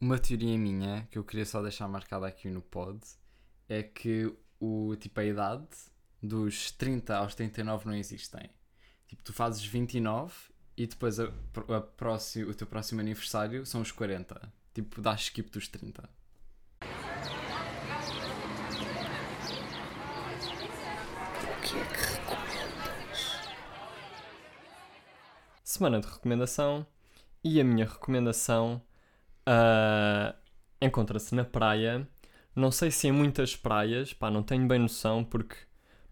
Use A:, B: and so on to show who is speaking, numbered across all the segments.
A: Uma teoria minha que eu queria só deixar marcada aqui no pod é que o, tipo, a idade dos 30 aos 39 não existem. Tipo, tu fazes 29 e depois a, a próximo, o teu próximo aniversário são os 40. Tipo, dás skip dos 30.
B: O que é que recomendas?
C: Semana de recomendação. E a minha recomendação ah, encontra-se na praia. Não sei se em muitas praias, pá, não tenho bem noção, porque,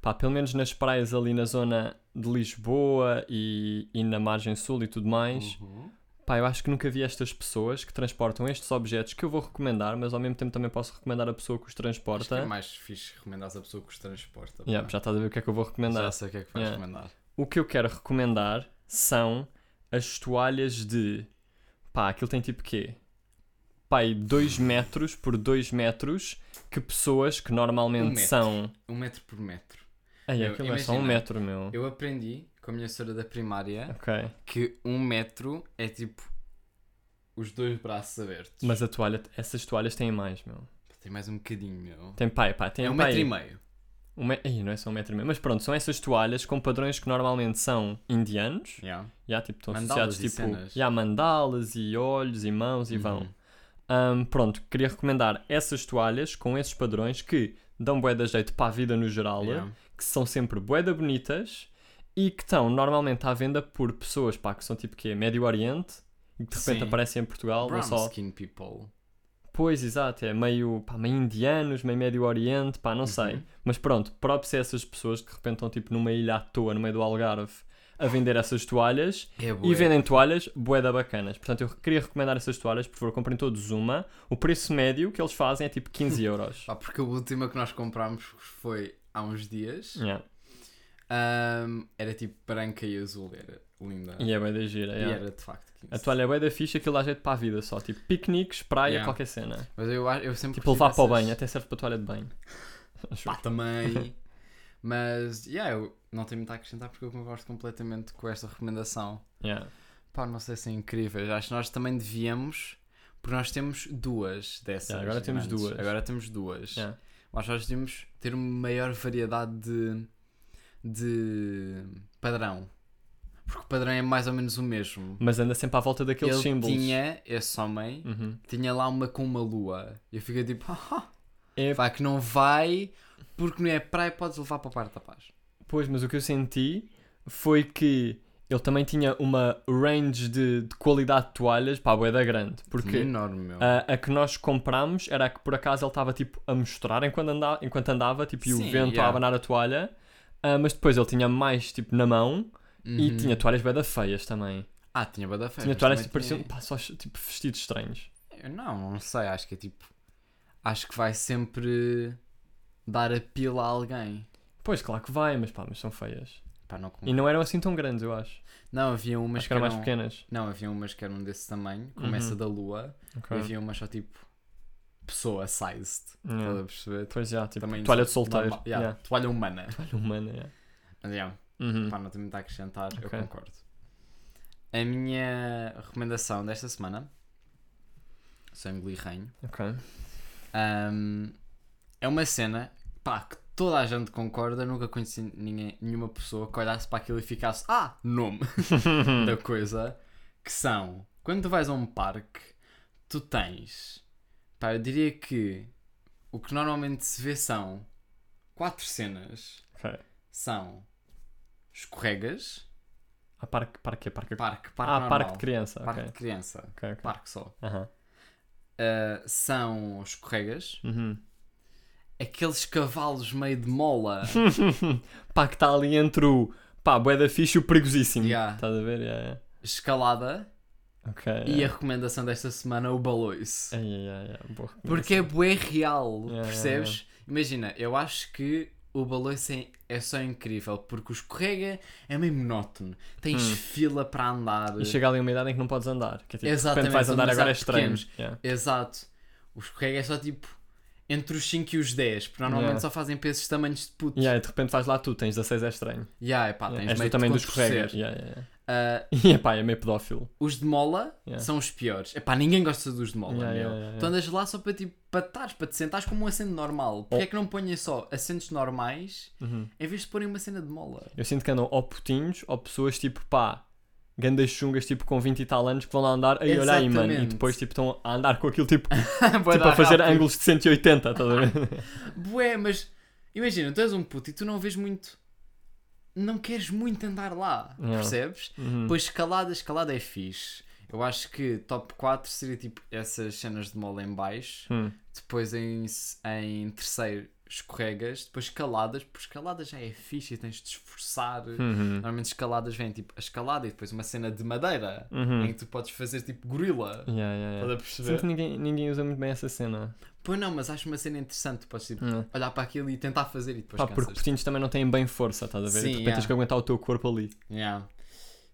C: pá, pelo menos nas praias ali na zona de Lisboa e, e na margem sul e tudo mais,
A: Uhum.
C: Pá, eu acho que nunca vi estas pessoas que transportam estes objetos que eu vou recomendar, mas ao mesmo tempo também posso recomendar a pessoa que os
A: Acho que é
C: transporta.
A: mais fixe recomendares a pessoa que os transporta. pá.
C: Yeah, já estás a ver o que é que eu vou recomendar.
A: Já sei o que é que vais
C: Yeah.
A: recomendar.
C: O que eu quero recomendar são as toalhas de. Pá, aquilo tem tipo quê? Pai, 2 metros por 2 metros que pessoas que
A: Um
C: normalmente
A: metro.
C: são.
A: Um metro por metro.
C: Ai,
A: Eu-
C: aquilo é só
A: imagina,
C: um metro, meu.
A: Eu aprendi com a minha senhora da primária
C: Ok.
A: que um metro é tipo os dois braços abertos.
C: Mas a toalha, essas toalhas têm mais, meu.
A: Tem mais um bocadinho, meu.
C: Tem pai, pá, tem
A: é um
C: pá,
A: metro
C: aí-
A: e meio.
C: Um me... Ai, não é só um metro e meio. Mas pronto, são essas toalhas com padrões que normalmente são indianos.
A: Yeah.
C: Já, tipo, estão
A: Mandalas
C: associados
A: e
C: tipo,
A: cenas.
C: já, mandalas e olhos e mãos e vão.
A: Uhum.
C: Ahm, pronto, queria recomendar essas toalhas com esses padrões que dão bué da jeito para a vida no geral,
A: Yeah.
C: que são sempre bué da bonitas e que estão normalmente à venda por pessoas, pá, que são tipo que Médio Oriente e que de repente
A: Sim.
C: aparecem em Portugal,
A: Brown
C: ou só...
A: skin people.
C: Pois, exato, é meio, pá, meio indianos, meio Médio Oriente, pá, não
A: Uhum.
C: sei. Mas pronto, próprio se essas pessoas que de repente estão tipo numa ilha à toa, no meio do Algarve, a vender essas toalhas
A: É bué.
C: e vendem toalhas bué da bacanas. Portanto, eu queria recomendar essas toalhas, por favor, comprem todos uma. O preço médio que eles fazem é tipo 15 euros.
A: Pá, porque a última que nós comprámos foi há uns dias.
C: Yeah.
A: Ahm, era tipo branca e azul. Era linda.
C: E é bué da gira,
A: E
C: yeah.
A: era de facto 15.
C: A toalha é bué da ficha, aquilo dá jeito para a vida só. Tipo, piqueniques, praia,
A: Yeah.
C: qualquer cena.
A: Mas eu, acho- eu sempre
C: Tipo, levar
A: curti
C: para o
A: dessas-
C: banho, até serve para a toalha de banho.
A: Pá, também. Mas, yeah, eu não tenho muito a acrescentar porque eu concordo completamente com esta recomendação.
C: Yeah.
A: Pá, não sei se é incrível. Acho que nós também devíamos, porque nós temos duas dessas.
C: Yeah, agora temos
A: grandes.
C: duas.
A: Agora temos duas.
C: Yeah.
A: Mas nós devíamos ter uma maior variedade de, de padrão. Porque o padrão é mais ou menos o mesmo.
C: Mas anda sempre à volta daqueles
A: Ele
C: símbolos.
A: tinha, esse homem,
C: Uhum.
A: tinha lá uma com uma lua. E eu fiquei tipo, ah,
C: É
A: vai que não vai, porque não é praia, podes levar para o Parque da Paz.
C: Pois, mas o que eu senti foi que ele também tinha uma range de, de qualidade de toalhas, pá, bué da grande. Porque
A: enorme, meu.
C: Ah, a, a que nós comprámos era a que por acaso ele estava tipo a mostrar enquanto andava, enquanto andava tipo, e o
A: Sim,
C: vento
A: yeah.
C: a abanar a toalha. Ah, mas depois ele tinha mais tipo na mão e
A: Uhum.
C: tinha toalhas bué da feias também.
A: Ah, tinha bué da feias,
C: tinha
A: mas
C: toalhas que
A: também
C: pareciam
A: tinha-
C: pá, só tipo vestidos estranhos.
A: Eu Não, não sei, acho que é tipo. Acho que vai sempre dar a pila a alguém.
C: Pois, claro que vai, mas pá, mas são feias.
A: Pá, não,
C: E não eram assim tão grandes, eu acho.
A: não, havia umas
C: acho que eram mais
A: eram-
C: pequenas.
A: Não, havia umas que eram desse tamanho, como
C: Uhum.
A: essa da lua,
C: Ok.
A: e havia umas só tipo pessoa sized.
C: Yeah.
A: Estás a perceber?
C: Pois já, tipo,
A: Também
C: toalha de
A: normal-
C: solteiro.
A: yeah, Toalha humana.
C: yeah. Toalha humana, yeah.
A: Mas, yeah,
C: Uhum.
A: pá, não tenho muito a acrescentar, eu
C: Ok.
A: concordo. A minha recomendação desta semana sou Emily Reino.
C: Ok.
A: Ahm, é uma cena pá, que toda a gente concorda. eu Nunca conheci ninguém, nenhuma pessoa que olhasse para aquilo e ficasse Ah, nome da coisa. Que são quando tu vais a um parque, tu tens pá, eu diria que o que normalmente se vê são quatro cenas:
C: Ok.
A: são escorregas,
C: Ah, parque, parque, parque.
A: parque, parque,
C: ah,
A: normal,
C: parque de criança.
A: parque de
C: Ok.
A: criança,
C: Ok, ok.
A: parque só.
C: Aham.
A: Ah, são escorregas,
C: Uhum.
A: aqueles cavalos meio de mola.
C: Pá, que está ali entre o. Pá, bué da ficha e o perigosíssimo.
A: Yeah.
C: Estás a ver? Yeah, yeah.
A: escalada
C: Ok.
A: e é a recomendação desta semana o baloiço.
C: Ai, ai, ai, ai. Boa
A: Porque é bué real,
C: Yeah,
A: percebes? Imagina, eu acho que o baloiço é, é só incrível porque o escorrega é meio monótono. Tens
C: Hum.
A: fila para andar.
C: E chega ali uma idade em que não podes andar. Que é tipo,
A: Exatamente,
C: de repente vais
A: são
C: andar agora é
A: demasiado
C: estranho. Yeah.
A: Exato. O escorrega é só tipo entre os 5 e os 10, porque normalmente
C: Yeah.
A: só fazem pesos tamanhos de putos.
C: Yeah, e de repente vais lá tu, tens 16, é estranho.
A: Yeah, epá,
C: Yeah.
A: tens
C: És
A: meio
C: tu
A: de
C: também dos
A: contorcer.
C: escorregas. Yeah, yeah, yeah.
A: Ah,
C: E epá, é meio pedófilo.
A: os de mola
C: Yeah.
A: são os piores. Epá, ninguém gosta dos de mola,
C: É. Yeah,
A: meu.
C: yeah, yeah,
A: Tu andas lá só para tipo, para estares, para te sentares como um assento normal. Porquê é que não ponham só assentos normais
C: Oh. Uhum.
A: em vez de porem uma cena de mola?
C: Eu sinto que andam ou putinhos ou pessoas tipo pá, gandas chungas tipo com 20 e tal anos que vão lá andar aí olha aí, mano. E
A: Exatamente.
C: depois tipo estão a andar com aquilo tipo,
A: Bué
C: tipo a
A: da
C: fazer
A: rápido.
C: ângulos de 180, estás a ver?
A: Bué, mas imagina, tu és um puto e tu não vês muito. Não queres muito andar lá,
C: Yeah.
A: percebes?
C: Uhum.
A: Pois escalada, escalada é fixe. Eu acho que top 4 seria tipo essas cenas de mola em baixo,
C: Hum.
A: depois em, em terceiro escorregas, depois escaladas, porque escalada já é fixe e tens de te esforçar.
C: Uhum.
A: Normalmente escaladas vem tipo a escalada e depois uma cena de madeira
C: Uhum.
A: em que tu podes fazer tipo gorila.
C: Yeah, yeah,
A: Estás a
C: yeah. Sinto
A: perceber?
C: que ninguém, ninguém usa muito bem essa cena.
A: Pois não, mas acho uma cena interessante, tu podes tipo,
C: Hum.
A: olhar para aquilo e tentar fazer e depois
C: Pá,
A: cansas.
C: porque putinhos também não têm bem força, estás a
A: Sim,
C: ver? e de repente
A: yeah.
C: tens que aguentar o teu corpo ali.
A: Yeah.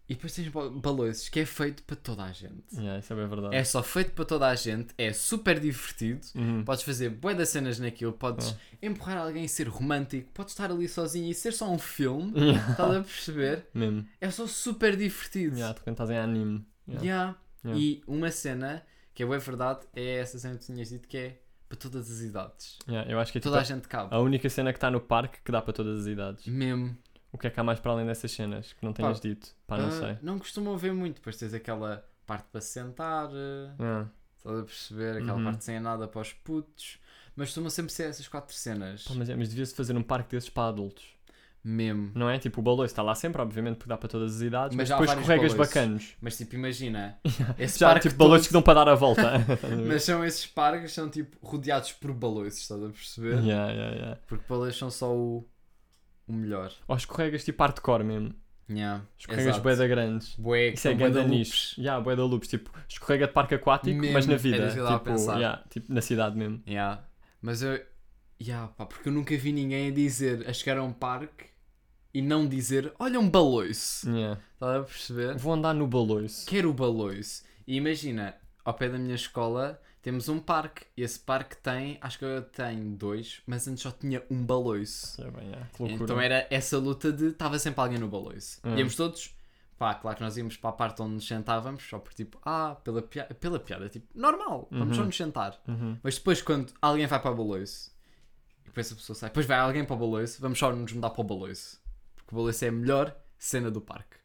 A: E depois tens ba- baloiços, que é feito para toda a gente.
C: Yeah, isso é bem verdade.
A: É só feito para toda a gente, é super divertido.
C: Uhum.
A: Podes fazer bué das cenas naquilo, podes empurrar alguém e ser romântico, podes estar ali sozinho e ser só um filme.
C: Yeah,
A: Estás a perceber?
C: Mesmo.
A: É só super divertido.
C: Yeah, tu quando estás em anime. Yeah.
A: Yeah.
C: Yeah.
A: E uma cena que é bué verdade é essa cena que tu tinhas dito que é para todas as idades.
C: Yeah, eu acho que é tipo,
A: Toda a gente cabe.
C: a única cena que está no parque que dá para todas as idades.
A: Mesmo.
C: O que é que há mais para além dessas cenas que não tenhas dito? Pá, não
A: Ah,
C: sei.
A: Não costumam ver muito, depois tens aquela parte para sentar. ah,
C: Yeah.
A: Estás a perceber? Aquela
C: Uhum.
A: parte sem nada para os putos. Mas costumam sempre ser essas quatro cenas.
C: Pá, mas, é- mas devia-se fazer um parque desses para adultos.
A: Mesmo.
C: Não é? Tipo, o baloiço está lá sempre, obviamente, porque dá para todas as idades.
A: Mas
C: Mas,
A: há
C: depois
A: vários
C: escorregas
A: baloiços.
C: bacanos.
A: Mas tipo, imagina. Esse
C: Já há
A: parque
C: tipo baloiços que
A: todo-
C: dão para dar a volta.
A: Mas são esses parques, são tipo rodeados por balões, estás a perceber?
C: yeah, yeah, yeah.
A: Porque balões são só o, o melhor.
C: Ou escorregas tipo hardcore mesmo.
A: Yeah.
C: Escorregas
A: exato.
C: boeda grandes.
A: Bué, que
C: Isso é
A: são bué
C: grande
A: da
C: nicho.
A: loops.
C: Yeah, bué da loops. Tipo, escorrega de parque aquático,
A: Mesmo,
C: mas na
A: é
C: vida.
A: disso que eu tava a
C: tipo,
A: pensar.
C: yeah, tipo, na cidade mesmo.
A: Yeah. Mas eu. Yeah, pá, porque eu nunca vi ninguém a dizer a chegar a um parque e não dizer olha um baloiço.
C: Yeah.
A: Estás a perceber?
C: Vou andar no baloiço.
A: Quero o baloiço. E imagina, ao pé da minha escola temos um parque. E esse parque tem, acho que eu tenho dois, mas antes só tinha um baloiço.
C: Sei bem, yeah, é que loucura.
A: Então era essa luta de estava sempre alguém no baloiço.
C: Hum.
A: Íamos todos, pá, claro que nós íamos para a parte onde nos sentávamos, só por tipo, ah, pela, pia- pela piada, tipo, normal, vamos só nos sentar.
C: Uhum.
A: Mas depois quando alguém vai para o baloiço, e depois a pessoa sai, depois vai alguém para o baloiço, vamos só nos mudar para o baloiço. Porque o baloiço é a melhor cena do parque.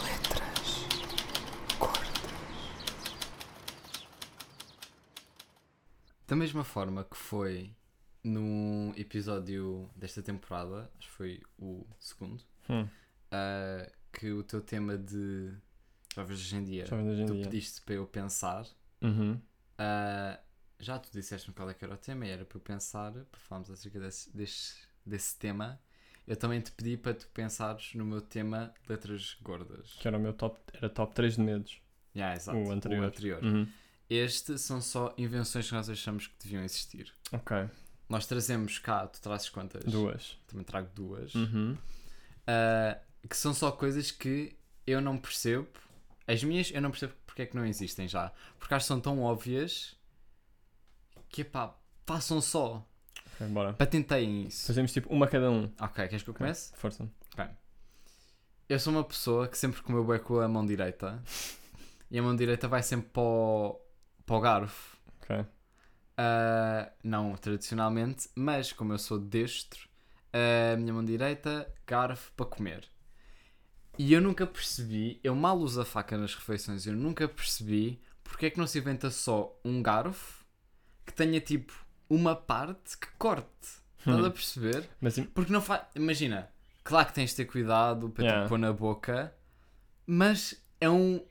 B: letras, cor,
A: Da mesma forma que foi num episódio desta temporada, acho que foi o segundo,
C: Hum.
A: ah, que o teu tema de jovens hoje em dia,
C: Jovens hoje em
A: tu
C: dia.
A: pediste para eu pensar,
C: Uhum.
A: ah, já tu disseste-me qual é que era o tema e era para eu pensar, para falarmos acerca desse, desse, desse tema. Eu também te pedi para tu pensares no meu tema letras gordas.
C: Que era o meu top, era top 3 de medos.
A: Yeah, exato,
C: O anterior. Uhum.
A: Este são só invenções que nós achamos que deviam existir.
C: Ok,
A: Nós trazemos cá, tu trazes quantas?
C: duas.
A: Também trago duas.
C: Uhum.
A: Ah, que são só coisas que eu não percebo. As minhas eu não percebo porque é que não existem já. Porque acho que são tão óbvias que pá, façam só.
C: Ok, bora.
A: Patenteiem isso.
C: Fazemos tipo uma cada um.
A: Ok, queres que eu comece?
C: Força.
A: Eu sou uma pessoa que sempre comeu bem com é a mão direita. e a mão direita vai sempre para o, para o garfo.
C: Ok.
A: Ah, não tradicionalmente, mas como eu sou destro, ah, a minha mão direita, garfo para comer. E eu nunca percebi, eu mal uso a faca nas refeições, eu nunca percebi porque é que não se inventa só um garfo que tenha tipo uma parte que corte. Estás a perceber?
C: Mas im-
A: Porque não faz. Imagina, claro que tens de ter cuidado para
C: Yeah.
A: te pôr na boca, mas é um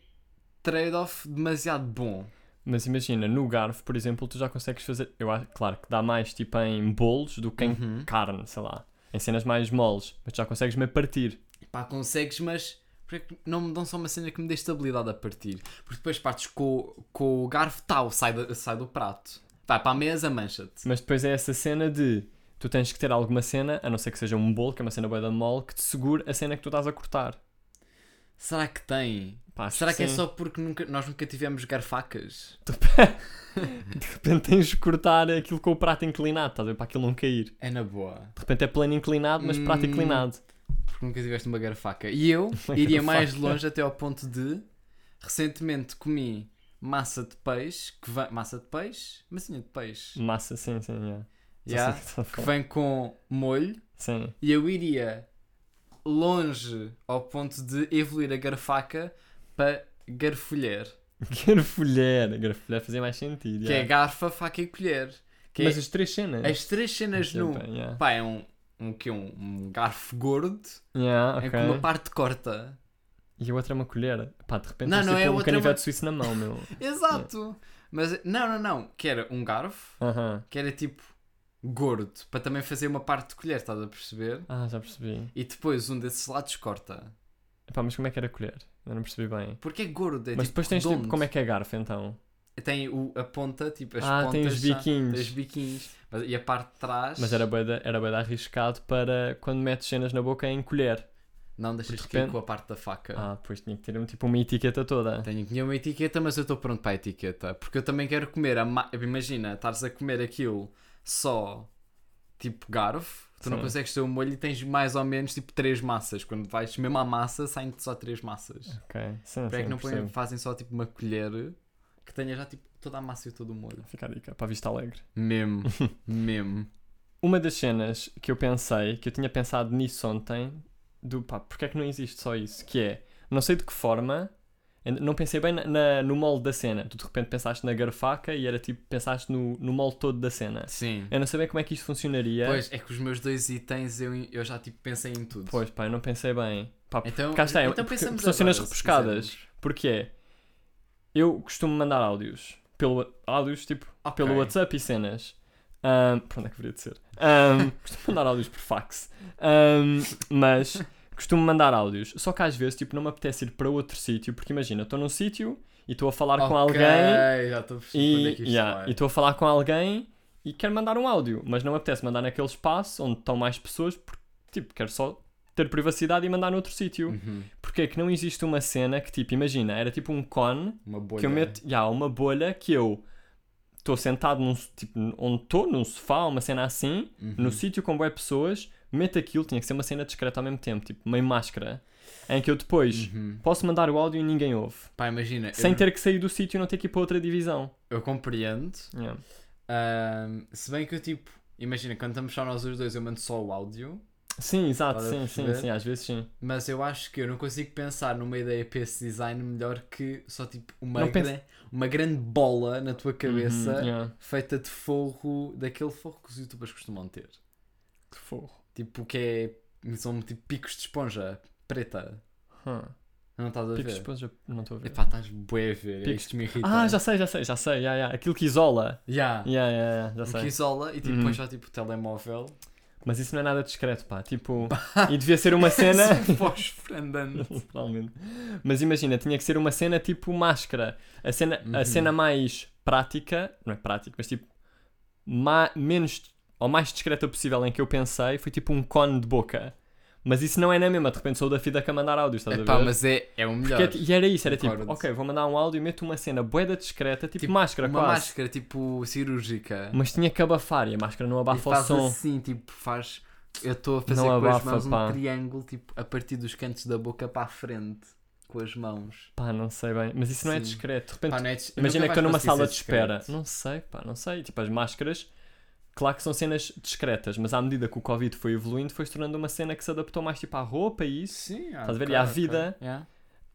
A: trade-off demasiado bom.
C: Mas imagina, no garfo, por exemplo, tu já consegues fazer. Eu acho, claro que dá mais tipo em bolos do que em
A: Uhum.
C: carne, sei lá. Em cenas mais moles, mas já consegues meio partir.
A: Pá, consegues, mas porquê que não me dão só uma cena que me dê estabilidade a partir? Porque depois partes com, o- com o garfo tal, sai, da- sai do prato. Vai para a mesa, mancha-te.
C: Mas depois é essa cena de tu tens que ter alguma cena, a não ser que seja um bolo, que é uma cena bué da mole, que te segure a cena que tu estás a cortar.
A: Será que tem?
C: Pá, acho
A: Será que é
C: sim.
A: só porque nunca, nós nunca tivemos garfacas?
C: De repente tens de cortar aquilo com o prato inclinado, estás a ver? Para aquilo não cair.
A: É na boa.
C: De repente é plano inclinado, mas prato
A: Hum.
C: inclinado.
A: porque nunca tiveste uma garfaca. E eu iria mais longe até ao ponto de recentemente comi massa de peixe, que vem, massa de peixe, massinha de peixe,
C: Massa, sim, sim, yeah. Já
A: yeah,
C: sei o que estás a
A: que
C: falar.
A: vem com molho,
C: Sim.
A: e eu iria longe ao ponto de evoluir a garfaca para garfolher,
C: Garfolher. Garfolher fazia mais sentido.
A: que é
C: yeah.
A: garfa, faca e colher. Que
C: Mas
A: é
C: as três cenas.
A: as três cenas
C: Sempre,
A: no.
C: yeah.
A: Pá, é um, um, que um, um garfo gordo
C: Yeah,
A: em que
C: ok.
A: É uma parte corta.
C: E a outra é uma colher. Pá, de repente
A: Não,
C: não,
A: não, é
C: tipo um
A: outra é uma-
C: canivete suíço na mão, meu.
A: Exato! Mas não, não, não. Que era um garfo,
C: Aham.
A: que era tipo gordo, para também fazer uma parte de colher, estás a perceber?
C: Ah, já percebi.
A: E depois um desses lados corta.
C: Pá, mas como é que era colher? Eu não percebi bem.
A: Porque é gordo, é
C: mas
A: tipo
C: depois tens
A: redondo.
C: tipo, como é que é garfo então?
A: Tem o, a ponta, tipo as
C: ah,
A: pontas.
C: tem os
A: já-
C: biquinhos.
A: Tem os biquinhos. Mas- e a parte de trás.
C: Mas era bué de- era bem arriscado para quando metes cenas na boca é em colher.
A: Não deixas
C: de
A: cair
C: repente-
A: com a parte da faca.
C: Ah, pois tinha que ter um, tipo uma etiqueta toda.
A: Tenho que ter uma etiqueta, mas eu estou pronto para a etiqueta. Porque eu também quero comer. A ma... Imagina, estares a comer aquilo só tipo garfo, tu não
C: Sim.
A: consegues ter o molho e tens mais ou menos tipo três massas. Quando vais mesmo à massa, saem-te só três massas.
C: Ok, sim,
A: Para
C: sim,
A: é que não põem-
C: percebo.
A: fazem só tipo uma colher que tenha já tipo toda a massa e todo o molho.
C: Fica a dica, para a vista alegre.
A: Mesmo, mesmo.
C: Uma das cenas que eu pensei, que eu tinha pensado nisso ontem, do pá, porque é que não existe só isso? Que é, não sei de que forma, ainda não pensei bem na, na- no molde da cena. Tu de repente pensaste na garfaca e era tipo, pensaste no, no molde todo da cena.
A: Sim.
C: Eu não sei bem como é que isto funcionaria.
A: Pois é que os meus dois itens eu, eu já tipo pensei em tudo.
C: Pois, pá, eu não pensei bem. Pá,
A: Então,
C: Cá está, é-
A: então
C: porque-
A: pensamos
C: porque são cenas
A: agora, se
C: repescadas.
A: quisermos.
C: Porque é. Eu costumo mandar áudios. Pelo, áudios, tipo,
A: Ok.
C: pelo WhatsApp e cenas. Ahm, para onde é que deveria de ser? Ahm, costumo mandar áudios por fax. Ahm, mas costumo mandar áudios. Só que às vezes, tipo, não me apetece ir para outro sítio. Porque imagina, eu estou num sítio e estou a falar com
A: Ok,
C: alguém.
A: já estou a perceber onde é
C: E
A: que isto
C: yeah,
A: vai.
C: e estou a falar com alguém e quero mandar um áudio, mas não me apetece mandar naquele espaço onde estão mais pessoas, porque tipo, quero só ter privacidade e mandar noutro sítio.
A: Uhum.
C: Porque é que não existe uma cena que tipo, imagina, era tipo um cone
A: Uma bolha.
C: que eu meto, yeah, uma bolha que eu estou sentado num, s- tipo, onde estou, num sofá, uma cena assim,
A: Uhum.
C: no sítio com boas pessoas, meto aquilo, tinha que ser uma cena discreta ao mesmo tempo, tipo, meio máscara, em que eu depois
A: Uhum. É
C: posso mandar o áudio e ninguém ouve.
A: Pá, imagina,
C: Sem
A: eu,
C: ter que sair do sítio e não ter que ir para outra divisão.
A: eu compreendo.
C: Yeah.
A: Ahm, se bem que eu tipo, imagina, quando estamos só nós os dois, eu mando só o áudio,
C: Sim, exato,
A: Estás a
C: sim, sim,
A: perceber?
C: sim, às vezes sim.
A: mas eu acho que eu não consigo pensar numa ideia para esse design melhor que só tipo uma,
C: Não penso-
A: gran- uma grande bola na tua cabeça
C: Uhum, yeah.
A: feita de forro, daquele forro que os youtubers costumam ter.
C: Que forro.
A: Tipo, que é. São tipo picos de esponja preta.
C: Hum.
A: Não estás a
C: Picos de
A: ver? Então,
C: esponja, não estou a ver.
A: Tipo, Epá, estás bué a ver. é
C: Picos
A: Isto me irrita.
C: ah, já sei, já sei, já sei, yeah, yeah. aquilo que isola.
A: Yeah.
C: Yeah, yeah, yeah, já
A: Ah. Que
C: sei.
A: isola e tipo,
C: Uhum.
A: põe só tipo o telemóvel.
C: Mas isso não é nada discreto, pá. Tipo, e devia ser uma cena.
A: Esse fósforo andando.
C: Literalmente. Mas imagina, tinha que ser uma cena tipo máscara. A cena,
A: Uhum.
C: a cena mais prática, não é prática, mas tipo, ma menos ou mais discreta possível em que eu pensei foi tipo um cone de boca. Mas isso não é na mesma, de repente sou da fida que a mandar áudios, estás a
A: Epá,
C: ver?
A: mas é, é o melhor.
C: Porque é- e era isso, era tipo,
A: Concordo.
C: ok, vou mandar um áudio e meto uma cena boeda discreta, tipo,
A: Tipo,
C: máscara
A: Uma
C: quase.
A: máscara tipo cirúrgica.
C: Mas tinha que abafar e a máscara não
A: e
C: abafa o
A: faz
C: som.
A: assim, tipo, faz. Eu estou a fazer
C: Não
A: com
C: abafa,
A: as mãos
C: pá.
A: um triângulo, tipo, a partir dos cantos da boca para a frente. Com as mãos.
C: Pá, não sei bem. Mas isso não é
A: Sim.
C: discreto. De repente,
A: Pá, não é dis-
C: imagina que
A: nunca
C: estou numa
A: vais conseguir
C: sala de
A: ser
C: espera.
A: discreto.
C: Não sei, pá, não sei. Tipo, as máscaras, claro que são cenas discretas, mas à medida que o Covid foi evoluindo, foi se tornando uma cena que se adaptou mais tipo à roupa e isso.
A: Sim, ah,
C: Estás a ver? E
A: ok,
C: à
A: ok.
C: vida.
A: Yeah.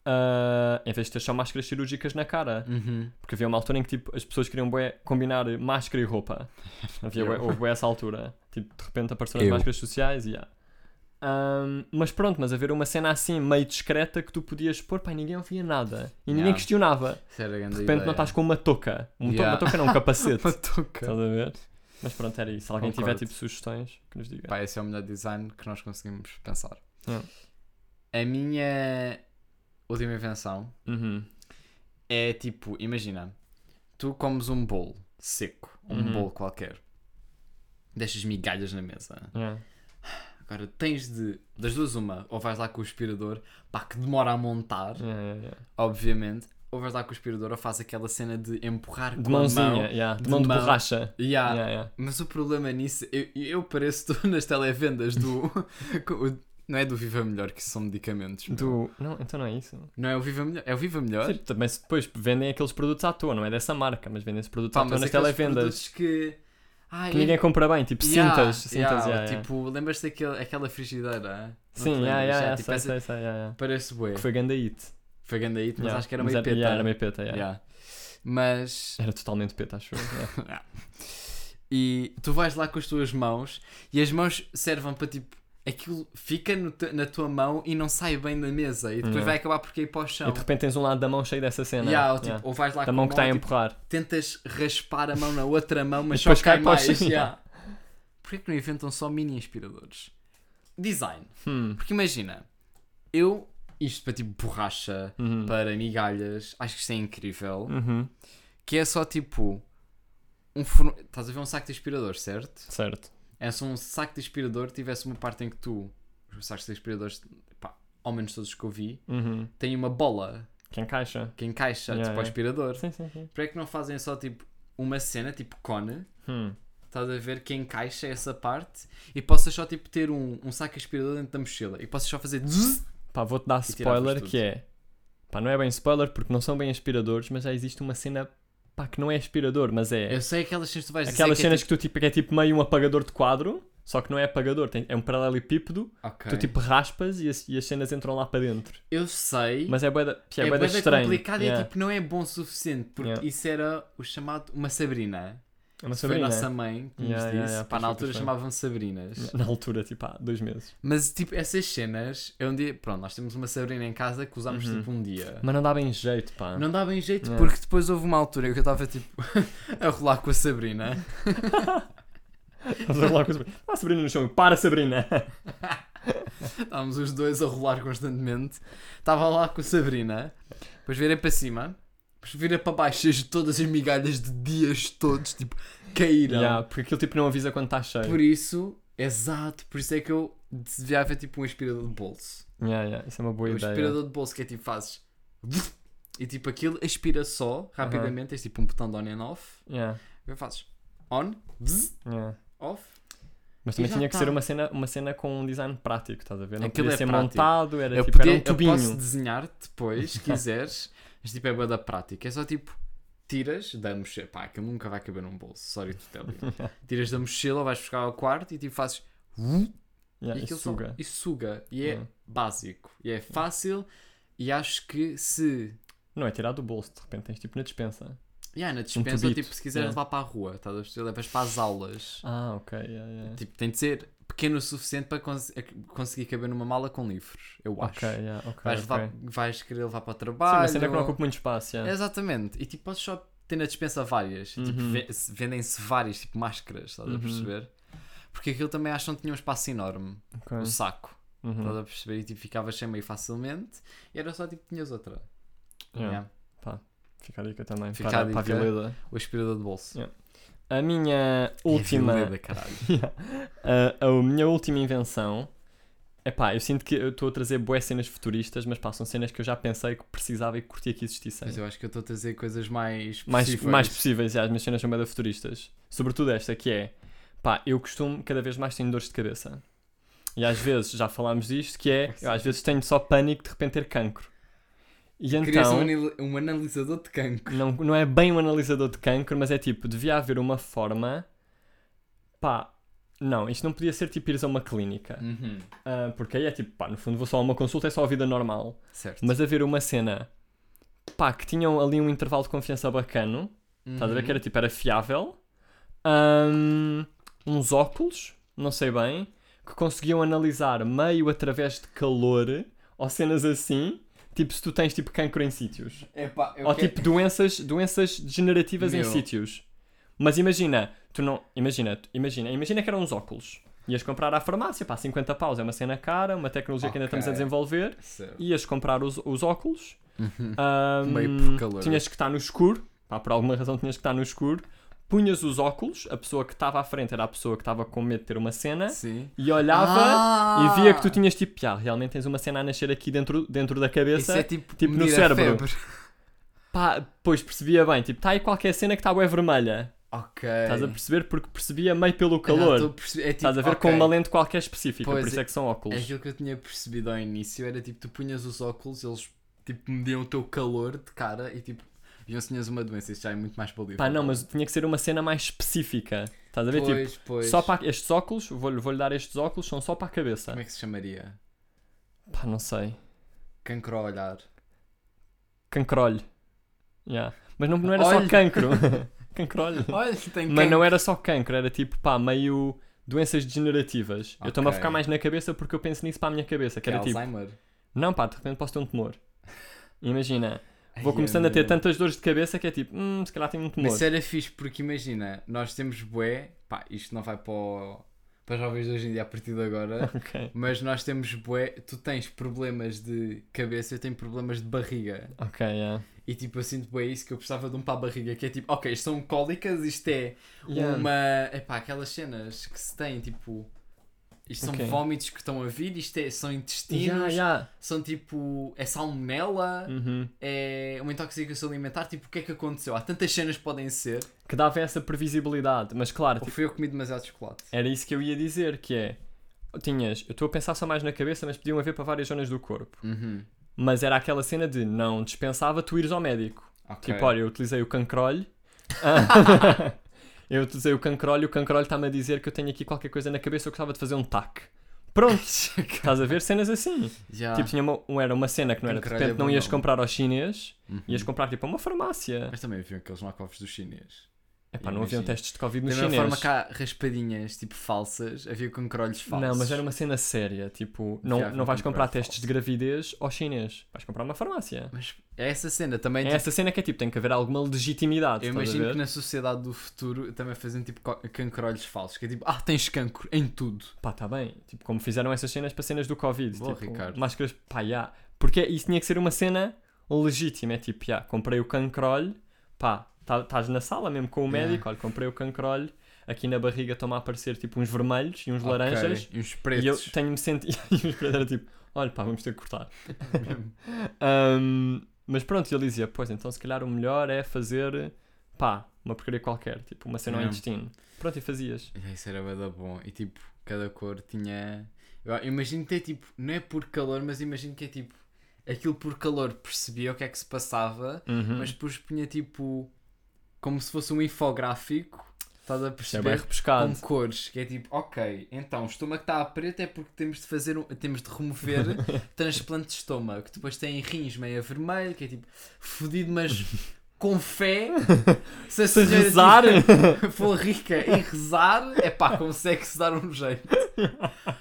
C: ah, em vez de ter só máscaras cirúrgicas na cara.
A: Uhum.
C: Porque havia uma altura em que tipo, as pessoas queriam bué, combinar máscara e roupa. Havia
A: Eu.
C: bué, houve bué essa altura. Tipo, de repente apareceram as
A: Eu.
C: máscaras sociais e yeah. Ahm, Mas pronto, mas haver uma cena assim meio discreta que tu podias pôr, pá, e ninguém ouvia nada. E ninguém
A: Yeah.
C: questionava.
A: Isso era grande
C: De repente
A: ideia.
C: não estás com uma touca. Um to-
A: Yeah.
C: Uma touca não, um capacete.
A: Uma
C: Estás
A: touca.
C: a ver? Mas pronto, era isso. Se alguém tiver
A: Concordo.
C: tipo sugestões, que nos diga.
A: Pá, esse é o melhor design que nós conseguimos pensar.
C: Hum.
A: A minha última invenção
C: Uhum.
A: é tipo, imagina, tu comes um bolo seco, um
C: Uhum.
A: bolo qualquer, deixas migalhas na mesa.
C: Yeah.
A: Agora tens de, das duas, uma, ou vais lá com o aspirador, pá, que demora a montar,
C: Yeah, yeah, yeah.
A: obviamente, ou vais lá com o aspirador ou faz aquela cena de empurrar
C: De
A: com a
C: mãozinha,
A: mão.
C: yeah. de,
A: de
C: mão de
A: mão. Ah.
C: borracha.
A: Yeah.
C: Yeah, yeah.
A: Mas o problema nisso, eu, eu pareço tu nas televendas do. com o- Não é do Viva Melhor que são medicamentos. meu.
C: Do. Não, então não é isso.
A: Não é o Viva Melhor. É o Viva Melhor?
C: Sim, também se depois vendem aqueles produtos à toa, não é dessa marca, mas vendem-se produtos
A: Pá,
C: à toa
A: mas
C: tá,
A: é
C: nas
A: aqueles produtos
C: televendas.
A: que. Ai, é
C: Que ninguém compra bem, tipo
A: Yeah,
C: cintas. cintas
A: yeah,
C: yeah, yeah.
A: Tipo, lembras-te daquela aquela frigideira? hein? Não
C: Sim,
A: te
C: yeah,
A: lembras?
C: yeah, yeah,
A: tipo,
C: sei,
A: essa-
C: sei, sei, yeah, yeah.
A: Parece bué.
C: Que foi ganda hit.
A: Foi grande aí, mas
C: Yeah.
A: acho que era meio
C: era-
A: peta.
C: yeah, era meio peta, yeah.
A: Yeah. Mas.
C: Era totalmente peta, acho eu. yeah.
A: E tu vais lá com as tuas mãos e as mãos servem para tipo. Aquilo fica no te- na tua mão e não sai bem da mesa e depois
C: Yeah.
A: vai acabar por cair para o chão.
C: Hum. E de repente tens um lado da mão cheio dessa cena.
A: Yeah, ou, tipo,
C: yeah.
A: ou vais lá
C: Da
A: com
C: mão
A: a
C: que está a
A: tipo,
C: empurrar.
A: tentas raspar a mão na outra mão, mas
C: E
A: só
C: depois
A: cai
C: cai para o
A: mais.
C: chão.
A: yeah. Porquê que não inventam só mini aspiradores? Design.
C: Hum.
A: Porque imagina, eu, isto para tipo borracha,
C: Uhum.
A: para migalhas, acho que isto é incrível.
C: Uhum.
A: Que é só tipo. Um forno... Estás a ver um saco de aspirador, certo?
C: Certo.
A: É se um saco de aspirador tivesse uma parte em que tu. Os sacos de aspiradores, pá, ao menos todos que eu vi,
C: Uhum.
A: têm uma bola
C: Que encaixa.
A: que encaixa
C: Yeah,
A: tipo ao
C: yeah.
A: aspirador.
C: Sim, sim, sim.
A: Para que não fazem só tipo uma cena, tipo cone,
C: Hum.
A: estás a ver que encaixa essa parte e possas só tipo ter um, um saco de aspirador dentro da mochila e possas só fazer. zzz.
C: Pá, vou-te dar
A: tiravas
C: spoiler
A: tudo.
C: que é. Pá, não é bem spoiler porque não são bem aspiradores, mas já existe uma cena pá, que não é aspirador, mas é.
A: Eu sei aquelas cenas que tu vais dizer
C: Aquelas
A: que é,
C: cenas que, tu tipo, que é tipo meio um apagador de quadro, só que não é apagador, tem- é um paralelepípedo,
A: tipo- Ok.
C: tu tipo raspas e as, e as cenas entram lá para dentro.
A: Eu sei.
C: Mas é boeda, é
A: é
C: bué da
A: bué da
C: estranho.
A: complicado e é
C: Yeah.
A: tipo, não é bom o suficiente, porque
C: Yeah.
A: isso era o chamado uma Sabrina.
C: É uma
A: Foi a
C: sabrina.
A: nossa mãe que nos
C: Yeah,
A: disse.
C: yeah, yeah,
A: Pá,
C: pois
A: na
C: foi,
A: altura
C: pois foi.
A: chamavam Sabrinas.
C: Na altura, tipo, há dois meses.
A: Mas tipo, essas cenas, eu um dia. Pronto, nós temos uma Sabrina em casa que usámos
C: Uhum.
A: tipo um dia.
C: Mas não dá bem jeito, pá.
A: Não dá bem jeito
C: Yeah.
A: porque depois houve uma altura que eu estava tipo a rolar com a Sabrina.
C: Estás a rolar com a Sabrina. Ah, Sabrina no chão. Para, Sabrina.
A: Estávamos os dois a rolar constantemente. Estava lá com a Sabrina. Depois virei para cima. Depois virei para baixo e as- todas as migalhas de dias todos, tipo, caíram.
C: Yeah, porque aquilo, tipo, não avisa quando está cheio.
A: Por isso, exato, por isso é que eu devia haver tipo um aspirador de bolso.
C: Yeah, yeah, isso é uma boa
A: um
C: ideia.
A: aspirador de bolso que é tipo fazes. E tipo aquilo aspira só rapidamente. Tens tipo um botão de on and off.
C: Yeah,
A: Eu fazes on, bzz,
C: yeah.
A: off.
C: Mas também
A: já
C: tinha que
A: tá.
C: ser uma cena, uma cena com um design prático, estás a ver? Não
A: Aquilo
C: podia
A: é
C: ser
A: prático.
C: montado, era
A: Eu,
C: tipo,
A: podia,
C: era um
A: eu
C: tubinho.
A: posso desenhar-te depois, se quiseres. Mas tipo é boa da prática. É só tipo. Tiras da mochila, pá, aquilo nunca vai caber num bolso, sorry to tell you. Tiras da mochila, vais buscar ao quarto e tipo fazes
C: Yeah,
A: e
C: e
A: aquilo
C: suga.
A: Só, e suga. E é
C: Hum.
A: básico. E é fácil. E acho que se.
C: Não, é tirar do bolso, de repente tens tipo na dispensa.
A: Yeah, na dispensa,
C: tubito,
A: tipo, se quiseres
C: yeah.
A: levar para a rua, estás a ver? Levas para as aulas.
C: Ah, ok, yeah, yeah.
A: Tipo, tem de ser pequeno o suficiente para cons- a- conseguir caber numa mala com livros, eu acho.
C: ok, yeah, ok.
A: Vais,
C: ok.
A: levar- vais querer levar para o
C: Sim, é
A: trabalho.
C: uma cena que não ocupa muito espaço, yeah.
A: Exatamente. E tipo, podes só ter na dispensa várias. E, Tipo,
C: Uhum.
A: ve- se- vendem-se várias, tipo, máscaras, estás a
C: Uhum.
A: perceber? Porque aquilo também acho que não tinha um espaço enorme.
C: Ok.
A: O saco.
C: Uhum.
A: Estás a perceber? E tipo, ficavas sem meio facilmente. E era só tipo, tinhas outra.
C: Yeah.
A: Yeah.
C: Fica a dica também,
A: Fica
C: para,
A: a
C: para a
A: dica.
C: Vileda.
A: O aspirador de bolso.
C: A minha
A: É
C: última...
A: violeta, caralho.
C: a, a minha última invenção. Epá, eu sinto que eu estou a trazer boas cenas futuristas, mas pá, são cenas que eu já pensei que precisava e que curtia que existissem.
A: Mas eu acho que eu estou a trazer coisas mais
C: Tá mais,
A: possíveis.
C: mais possíveis, e as minhas cenas são bem futuristas. Sobretudo esta, que é, pá, eu costumo cada vez mais tenho dores de cabeça. E às vezes, já falámos disto, que é, eu às vezes tenho só pânico de repente ter cancro. E
A: Querias um
C: então,
A: anil- um, analisador de cancro.
C: não, não é bem um analisador de cancro, mas é tipo, devia haver uma forma, pá, não, isto não podia ser tipo ires a uma clínica. Ah, porque aí é tipo, pá, no fundo vou só a uma consulta, é só a vida normal.
A: Certo.
C: Mas haver uma cena, pá, que tinham ali um intervalo de confiança bacano,
A: Uhum.
C: estás a ver que era tipo, era fiável. Ahm, uns óculos, não sei bem, que conseguiam analisar meio através de calor ou cenas assim, tipo se tu tens tipo cancro em sítios.
A: Epá, eu
C: Ou
A: quero-
C: tipo doenças, doenças degenerativas em
A: Meu.
C: sítios. Mas imagina, tu não. Imagina, tu- imagina, imagina que eram uns óculos. Ias comprar à farmácia, pá, 50 paus, é uma cena cara, uma tecnologia que ainda estamos a
A: Ok.
C: desenvolver.
A: Certo.
C: Ias comprar os, os óculos. ahm,
A: Uhum. Meio por calor.
C: Tinhas que estar no escuro, pá, por alguma razão tinhas que estar no escuro. Punhas os óculos, a pessoa que estava à frente era a pessoa que estava com medo de ter uma cena.
A: Sim.
C: E olhava
A: Ah!
C: e via que tu tinhas tipo, ah, realmente tens uma cena a nascer aqui dentro, dentro da
A: Isso
C: cabeça.
A: é tipo,
C: tipo, no
A: medir a
C: cérebro.
A: febre.
C: "Tá Pá, pois percebia bem, tipo, está aí qualquer cena que está bué vermelha.
A: Ok.
C: Estás a perceber? Porque percebia meio pelo
A: Já
C: calor.
A: estou a perce- é tipo,
C: Estás a ver
A: ok.
C: com uma lente qualquer específica,
A: Pois,
C: por isso é que são óculos.
A: Aquilo que eu tinha percebido ao início era tipo, tu punhas os óculos, eles tipo mediam o teu calor de cara e tipo, viam se tinhas uma doença. Isto já é muito mais palível.
C: Pá, não, mas tinha que ser uma cena mais específica. Estás a ver?
A: pois,
C: tipo,
A: pois.
C: só para estes óculos, vou-lhe vou-lhe dar estes óculos, são só para a cabeça.
A: Como é que se chamaria?
C: Pá, não sei.
A: Cancro ao olhar.
C: Cancrolho. Yeah. Mas não, não era
A: Olho.
C: só cancro. Cancrolho.
A: Olha, tem
C: Mas não era só cancro, era tipo, pá, meio doenças degenerativas. Eu estou-me a
A: Ok.
C: ficar mais na cabeça porque eu penso nisso para a minha cabeça. Que
A: que é
C: era tipo,
A: Alzheimer.
C: não pá, de repente posso ter um tumor. Imagina,
A: Ai,
C: vou
A: eu
C: começando a ter
A: não.
C: tantas dores de cabeça que é tipo, hum, se calhar tenho um tumor.
A: Mas isso era fixe porque imagina, nós temos bué, pá, isto não vai para, o, para os jovens de hoje em dia a partir de agora,
C: Ok,
A: mas nós temos bué, tu tens problemas de cabeça, eu tenho problemas de barriga.
C: ok, yeah.
A: E tipo, eu sinto bué isso que eu precisava de um para a barriga, que é tipo, ok, isto são cólicas, isto é
C: Yeah.
A: uma, epá, aquelas cenas que se têm, tipo, isto são
C: Ok.
A: vómitos que estão a vir, isto é, são intestinos,
C: Yeah, yeah.
A: são tipo, é salmonela,
C: Uhum.
A: é uma intoxicação alimentar, tipo, o que é que aconteceu? Há tantas cenas que podem ser.
C: Que dava essa previsibilidade, mas claro,
A: Ou
C: tipo,
A: fui eu que comi demasiado chocolate?
C: era isso que eu ia dizer, que é, tinhas, eu estou a pensar só mais na cabeça, mas podiam haver para várias zonas do corpo.
A: Uhum.
C: Mas era aquela cena de, não dispensava tu ires ao médico.
A: Ok.
C: Tipo, olha, eu utilizei o cancrolho. Ah, eu utilizei o cancrolho, o cancrolho está-me a dizer que eu tenho aqui qualquer coisa na cabeça, eu gostava de fazer um tac. Pronto, estás a ver cenas assim.
A: Já.
C: Tipo, tinha uma, um- era uma cena que não era, de
A: Cancrolho Ah. é
C: repente
A: bom
C: não ias
A: nome.
C: comprar ao chinês,
A: Uhum.
C: ias comprar tipo a uma farmácia.
A: Mas também haviam aqueles knockoffs dos chinês.
C: Epá, não haviam
A: imagino.
C: testes de Covid
A: Da
C: no
A: mesma
C: chinês.
A: forma que há raspadinhas, tipo, falsas, havia com crolhos falsos.
C: Não, mas era uma cena séria, tipo, não,
A: Já,
C: não vais
A: cancrolho
C: comprar
A: falso.
C: testes de gravidez ao chinês, vais comprar uma farmácia.
A: Mas é essa cena também.
C: É
A: tipo,
C: essa cena que é tipo, tem que haver alguma legitimidade,
A: Eu
C: estás a
A: imagino
C: ver?
A: que na sociedade do futuro também fazem tipo co- cancrolhos falsos, que é tipo, ah, tens cancro em tudo.
C: Pá, tá bem. Tipo, como fizeram essas cenas para cenas do Covid.
A: Boa,
C: tipo,
A: Ricardo.
C: máscaras, pá, já. Porque isso tinha que ser uma cena legítima. É tipo, já, comprei o cancrolho, pá, tá, estás na sala mesmo com o
A: Yeah.
C: médico, olha, comprei o cancrolho, aqui na barriga estão-me a aparecer tipo uns vermelhos e uns
A: Ok,
C: laranjas.
A: E uns
C: E eu
A: pretos.
C: tenho-me sentido. e os pretos eram tipo, olha, pá, vamos ter que cortar. Ahm, mas pronto, ele dizia, pois então se calhar o melhor é fazer, pá, uma porcaria qualquer, tipo, uma cena ao
A: Yeah.
C: intestino. Pronto, e fazias.
A: E Isso era bada bom. E tipo, cada cor tinha. Eu imagino que é tipo, não é por calor, mas imagino que é tipo, aquilo por calor percebia o que é que se passava,
C: Uhum.
A: mas depois punha tipo, como se fosse um infográfico, estás a
C: Isto é bem
A: perceber?
C: repescado.
A: com cores, que é tipo, ok, então o estômago está a preto é porque temos de fazer, um- temos de remover transplante de estômago, que depois tem rins meio a vermelho, que é tipo, fodido, mas com fé, se a
C: Se
A: senhora
C: rezar.
A: tiver- for rica e rezar, é pá, consegue-se dar um jeito.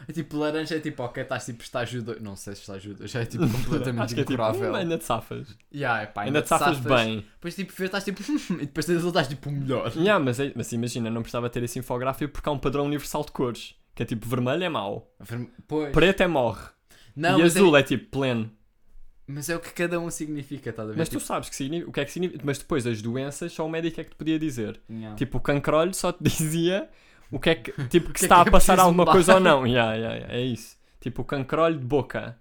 A: É tipo, laranja é tipo, ok, estás tipo estágio 2, não sei se estágio 2, já é tipo completamente
C: Acho que é tipo,
A: incurável.
C: "Hum, ainda te safas. Ainda,
A: Yeah, é pá,
C: te safas, bem.
A: Depois tipo, verde, estás tipo, e depois tens estás tipo, melhor.
C: Yeah, mas, é- mas imagina, não precisava ter esse infográfico porque há um padrão universal de cores. Que é tipo, vermelho é mau,
A: Verme- Pois.
C: preto é morre.
A: Não,
C: e
A: mas é-
C: azul é... tipo pleno.
A: Mas é o que cada um significa, estás a ver? Tipo,
C: Mas tu sabes que signi- o que é que significa. Mas depois as doenças só o médico é que te podia dizer.
A: Yeah.
C: Tipo, o cancrolho só te dizia o que é que, tipo, que
A: que
C: se
A: é
C: está
A: que
C: a
A: é
C: passar
A: preciso
C: alguma
A: mudar?
C: coisa ou não. Yeah, yeah, yeah, é isso. Tipo, o cancrolho de boca.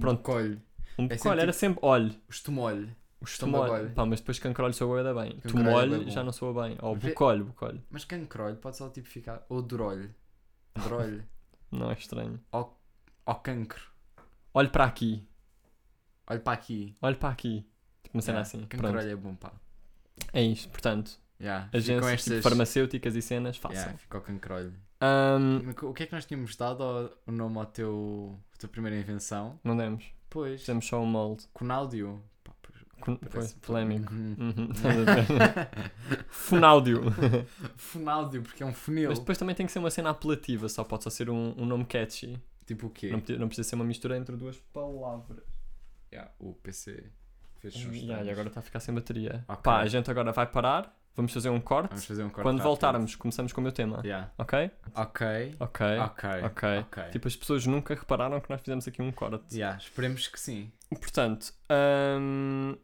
C: pronto.
A: Um colho.
C: Um
A: É
C: é
A: sempre tipo-
C: era sempre olho.
A: O estomolho.
C: Os
A: Estômago,
C: tumolho.
A: olho.
C: Pá, mas depois cancrolho soa bué da bem.
A: Cancrolho é bué
C: Tumolho
A: bom. é-
C: já não soa bem. Ou
A: Vê-
C: bucolho, bucolho.
A: Mas cancrolho pode só tipificar. Ou drolho. Drolho.
C: Não é estranho.
A: Ou cancro.
C: Olho para aqui.
A: Olha para aqui.
C: olha para aqui. Tipo uma cena
A: Yeah,
C: assim.
A: Cancrolho
C: Pronto.
A: é bom, pá.
C: É isto, portanto.
A: Yeah. Ficam
C: Agências
A: estas...
C: tipo, farmacêuticas e cenas, façam.
A: yeah, fica o cancrolho.
C: Ahm,
A: O que é que nós tínhamos dado ao- o nome ao teu... à tua primeira invenção?
C: não demos.
A: Pois.
C: Fizemos só um molde.
A: Conáudio. Pá, pois,
C: Con- Pois,
A: parece-
C: polémico.
A: Uhum.
C: Uhum, estás a ver? Funáudio.
A: Funáudio, porque é um funil.
C: Mas depois também tem que ser uma cena apelativa, só pode só ser um, um nome catchy.
A: Tipo o quê?
C: Não, podia- não precisa ser uma mistura entre duas palavras. Hum,
A: Yeah, o PC fez sons
C: Yeah, e
A: estranhos.
C: agora está a ficar sem bateria.
A: é Ok.
C: Pá, a gente agora vai parar, vamos fazer um corte.
A: Vamos fazer um corte
C: Quando
A: rápido.
C: voltarmos, começamos com o meu tema.
A: Yeah.
C: Ok?
A: Ok.
C: Ok.
A: Ok.
C: Ok.
A: Ok.
C: Tipo, as pessoas nunca repararam que nós fizemos aqui um corte.
A: Yeah, esperemos que sim.
C: Portanto, hum,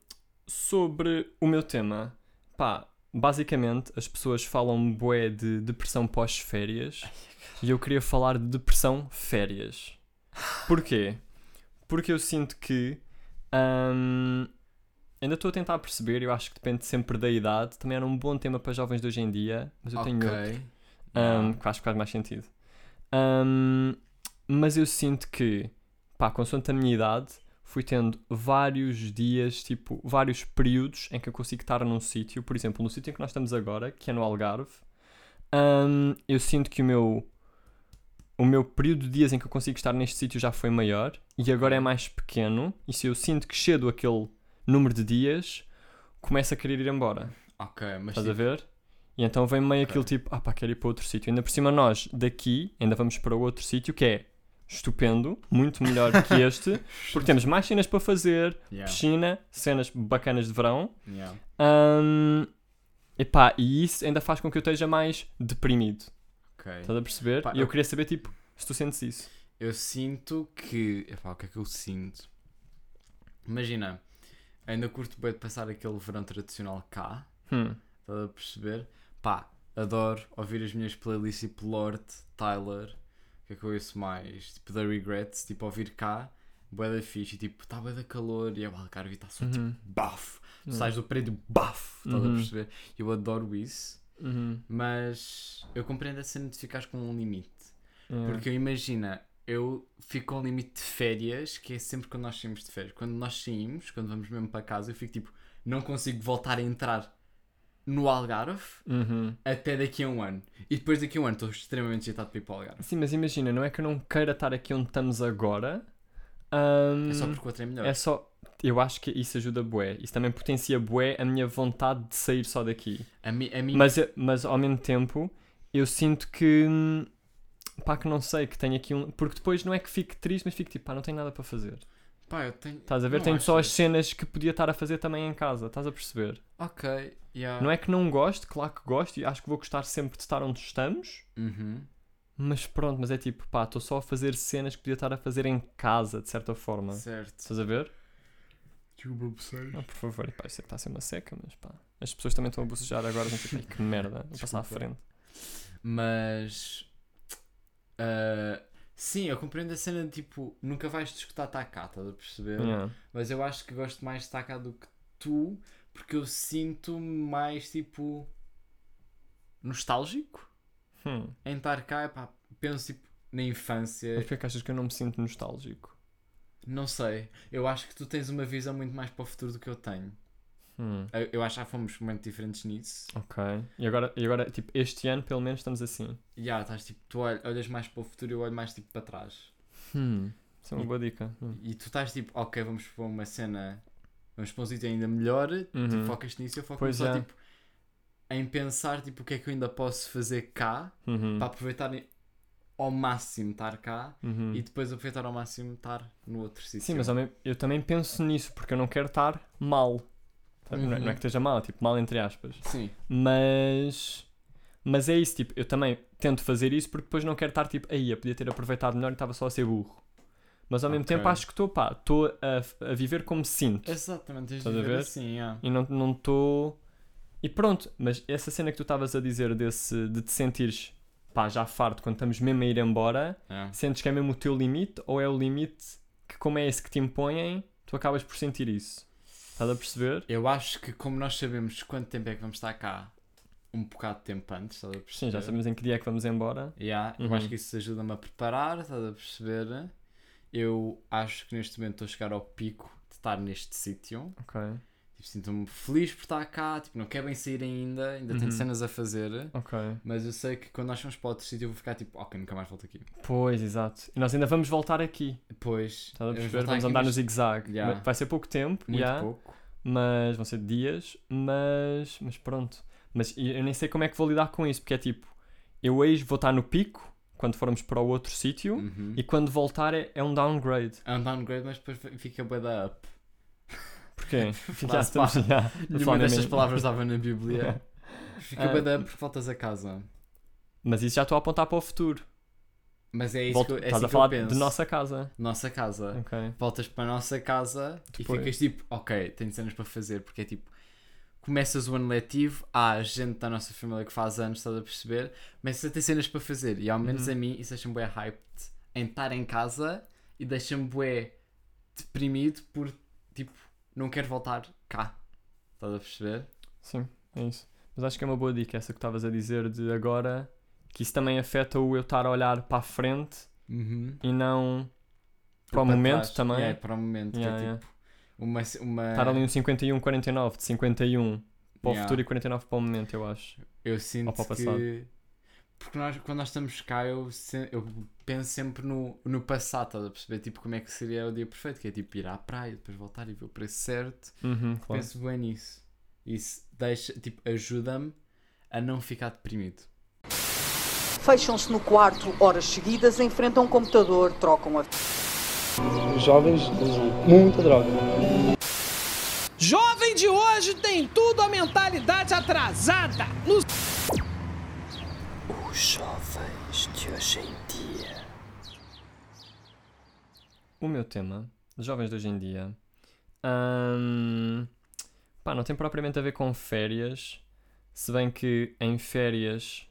C: sobre o meu tema, pá, basicamente as pessoas falam bué de depressão pós-férias e eu queria falar de depressão férias. Porquê? Porque eu sinto que hum, Ainda estou a tentar perceber, eu acho que depende sempre da idade. Também era um bom tema para jovens de hoje em dia, mas eu tenho outro.
A: Ok.
C: Um, que acho que faz mais sentido. Um, mas eu sinto que, pá, consoante a minha idade, fui tendo vários dias, tipo, vários períodos em que eu consigo estar num sítio. Por exemplo, no sítio em que nós estamos agora, que é no Algarve, um, eu sinto que o meu. O meu período de dias em que eu consigo estar neste sítio já foi maior e agora é mais pequeno. E se eu sinto que cedo aquele número de dias, começo a querer ir embora.
A: Ok, mas
C: Estás a
A: tipo,
C: ver? E então vem meio aquilo
A: Ok.
C: tipo, ah pá, quero ir para outro sítio. Ainda por cima, nós daqui ainda vamos para outro sítio que é estupendo, muito melhor que este, porque temos mais cenas para fazer,
A: yeah,
C: piscina, cenas bacanas de verão.
A: yeah.
C: Hum, epá, e isso ainda faz com que eu esteja mais deprimido.
A: ok.
C: Estás a perceber?
A: Pá,
C: e eu
A: eu-
C: queria saber, tipo, se tu sentes isso.
A: Eu sinto que. Epá, o que é que eu sinto? Imagina, ainda curto bem de passar aquele verão tradicional cá,
C: Hum,
A: estás a perceber? Pá, adoro ouvir as minhas playlists tipo Lord, Tyler, o que é que eu ouço mais? Tipo The Regrets, tipo ouvir cá, bué da fixe, e tipo, está bué da calor, e é cara, e está só tipo
C: uhum,
A: bafo, tu sais do prédio bafo, estás
C: Uhum.
A: a perceber? Eu adoro isso,
C: uhum,
A: mas eu compreendo a cena de ficares com um limite.
C: é.
A: Porque eu imagina, eu fico ao limite de férias, que é sempre quando nós saímos de férias. Quando nós saímos, quando vamos mesmo para casa, eu fico tipo, não consigo voltar a entrar no Algarve
C: Uhum.
A: até daqui a um ano. E depois daqui a um ano estou extremamente agitado para ir para o Algarve.
C: Sim, mas imagina, não é que eu não queira estar aqui onde estamos agora. Hum,
A: É só porque o outro é melhor.
C: É só. Eu acho que isso ajuda bué. Isso também potencia bué a minha vontade de sair só daqui.
A: A, mi, a mim,
C: Mas, eu- mas ao mesmo tempo, eu sinto que. hum, Pá, que não sei, que tenho aqui um. Porque depois não é que fique triste, mas fico tipo, pá, não tenho nada para fazer.
A: pá, eu tenho.
C: Estás a ver?
A: Não
C: tenho só as
A: achas?
C: cenas que podia estar a fazer também em casa, estás a perceber?
A: Ok, yeah.
C: Não é que não gosto, claro que gosto e acho que vou gostar sempre de estar onde estamos,
A: Uhum.
C: mas pronto, mas é tipo, pá, estou só a fazer cenas que podia estar a fazer em casa, de certa forma.
A: Certo.
C: Estás a ver?
A: Desculpa, bocejo.
C: Não, por favor, pá, eu sei que está a ser uma seca, mas pá. As pessoas também estão a bocejar agora, não sei que merda, vou passar à frente.
A: Mas. ah, sim, eu compreendo a cena de tipo, nunca vais te escutar estar cá, estás a perceber?
C: Yeah.
A: Mas eu acho que gosto mais de estar cá do que tu, porque eu sinto-me mais tipo. nostálgico
C: Hum.
A: em estar cá. Epá, penso tipo na
C: Mas
A: infância,
C: porquê é que achas que eu não me sinto nostálgico?
A: não sei. Eu acho que tu tens uma visão muito mais para o futuro do que eu tenho.
C: Hum.
A: Eu, eu acho que já fomos muito diferentes nisso.
C: Ok. E agora, e agora, tipo, este ano pelo menos estamos assim.
A: E ah, estás tipo, tu olh- olhas mais para o futuro e eu olho mais tipo para trás.
C: Hum. Isso é uma boa dica. Hum.
A: E tu estás tipo, ok, vamos para uma cena, vamos para um sítio ainda melhor,
C: Uhum.
A: tu focas nisso, eu foco
C: Pois
A: só
C: é.
A: tipo em pensar tipo o que é que eu ainda posso fazer cá
C: Uhum.
A: para aproveitar ao máximo estar cá
C: Uhum.
A: e depois aproveitar ao máximo estar no outro sítio.
C: Sim, mas ao mesmo- eu também penso nisso, porque eu não quero estar mal. Tá- Não, é, não é
A: Uhum.
C: que esteja mal, é tipo, mal entre aspas.
A: Sim,
C: Mas. Mas é isso, tipo, eu também tento fazer isso porque depois não quero estar tipo, aí, eu podia ter aproveitado melhor e estava só a ser burro. Mas ao mesmo
A: Ok.
C: tempo acho que estou, pá, estou a, a viver como sinto.
A: exatamente. Tens de
C: Estás a
A: ver
C: ver?
A: assim, yeah.
C: E não não estou. e pronto, mas essa cena que tu estavas a dizer desse, de te sentires, pá, já farto quando estamos mesmo a ir embora,
A: Yeah.
C: sentes que é mesmo o teu limite ou é o limite que, como é esse que te impõem, tu acabas por sentir isso? Estás a perceber?
A: Eu acho que, como nós sabemos quanto tempo é que vamos estar cá, um bocado de tempo antes, estás a perceber?
C: Sim, já sabemos em que dia é que vamos embora.
A: Yeah, Eu
C: Uhum.
A: acho que isso ajuda-me a preparar, estás a perceber? Eu acho que neste momento estou a chegar ao pico de estar neste sítio.
C: Ok,
A: Tipo, sinto-me feliz por estar cá, tipo, não quero bem sair ainda, ainda
C: Uhum.
A: tenho cenas a fazer.
C: ok.
A: Mas eu sei que quando nós vamos para outro sítio eu vou ficar tipo, ok, nunca mais volto aqui.
C: Pois, exato. E nós ainda vamos voltar aqui.
A: Pois.
C: Estás a
A: vamos
C: perceber?
A: voltar
C: Vamos
A: aqui
C: andar no
A: neste-
C: zigue-zague.
A: Ya.
C: Mas Vai ser pouco tempo,
A: Muito
C: ya,
A: pouco.
C: mas vão ser dias, mas, mas pronto. Mas e- eu nem sei como é que vou lidar com isso, porque é tipo, eu eis vou estar no pico quando formos para o outro sítio
A: Uhum.
C: e quando voltar é, é um downgrade.
A: É um downgrade, mas depois fica bué da up.
C: Porquê? Fica assim,
A: Lá se
C: estamos já.
A: Nenhuma destas palavras estava na Bíblia. Fica
C: Ah.
A: bué da up porque voltas a casa.
C: Mas isso já estou a apontar para o futuro.
A: Mas é isso
C: Volto-
A: que, eu- é
C: estás
A: assim
C: a
A: que
C: falar
A: eu penso.
C: de nossa casa.
A: Nossa casa.
C: Ok.
A: Voltas para a nossa casa
C: Depois.
A: e ficas tipo, ok, tenho cenas para fazer, porque é tipo. Começas o ano letivo, há gente da nossa família que faz anos, estás a perceber? Começas a ter cenas para fazer e ao menos
C: Uhum.
A: a mim isso deixa-me bué hyped em estar em casa e deixa-me bué deprimido por tipo, não quero voltar cá. Estás a perceber?
C: Sim, é isso. Mas acho que é uma boa dica essa que estavas a dizer de agora, que isso também afeta o eu estar a olhar para a frente
A: Uhum.
C: e não para o
A: Para
C: momento
A: trás.
C: também.
A: É, para o momento.
C: Yeah,
A: que é
C: yeah.
A: tipo uma. uma...
C: Estar ali um 51-49, de 51 para o
A: Yeah.
C: futuro e 49 para o momento, eu acho.
A: Eu sinto
C: para o passado.
A: que. Porque nós, quando nós estamos cá, eu, se- eu penso sempre no, no passado, estás a perceber? Tipo, como é que seria o dia perfeito? Que é tipo ir à praia, depois voltar e ver o preço certo.
C: Uhum, claro.
A: Penso bem nisso. Isso deixa, tipo, ajuda-me a não ficar deprimido.
D: Fecham-se no quarto horas seguidas, enfrentam um computador, trocam a
E: Os jovens usam muita droga.
F: Jovem de hoje tem tudo a mentalidade atrasada. No
B: Os jovens de hoje em dia.
C: O meu tema, os jovens de hoje em dia, hum, pá, não tem propriamente a ver com férias, se bem que em férias,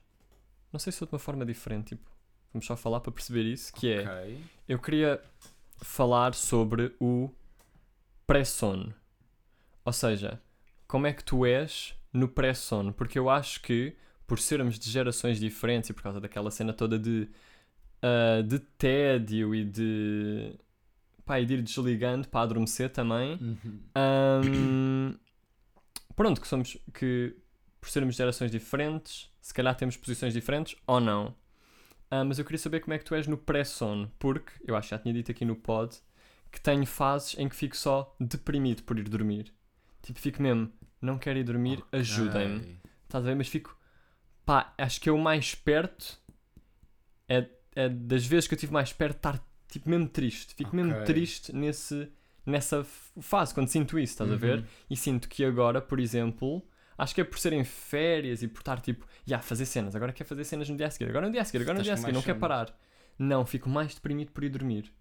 C: não sei se sou de uma forma diferente, tipo, vamos só falar para perceber isso, que é,
A: Ok.
C: eu queria falar sobre o pré-sono, ou seja, como é que tu és no pré-sono, porque eu acho que, por sermos de gerações diferentes e por causa daquela cena toda de ah, de tédio e de. Pá, e de ir desligando para adormecer também. Ahm, pronto, que somos. que por sermos gerações diferentes, se calhar temos posições diferentes ou não. Ah, mas eu queria saber como é que tu és no pré-sono, porque eu acho que já tinha dito aqui no pod que tenho fases em que fico só deprimido por ir dormir. Tipo, fico mesmo, não quero ir dormir, ajudem-me. Estás a ver? Mas fico. Pá, acho que eu mais perto. É, é das vezes que eu estive mais perto de estar tipo, mesmo triste. Fico mesmo
A: Ok.
C: triste nesse, nessa f- fase, quando sinto isso, estás a
A: Uhum.
C: ver? E sinto que agora, por exemplo. Acho que é por serem férias e por estar tipo, já, fazer cenas, agora quero fazer cenas no dia a seguir, agora no dia a seguir, agora no
A: Estás
C: dia a
A: com
C: seguir, não
A: mais
C: quero parar. Não, fico mais deprimido por ir dormir.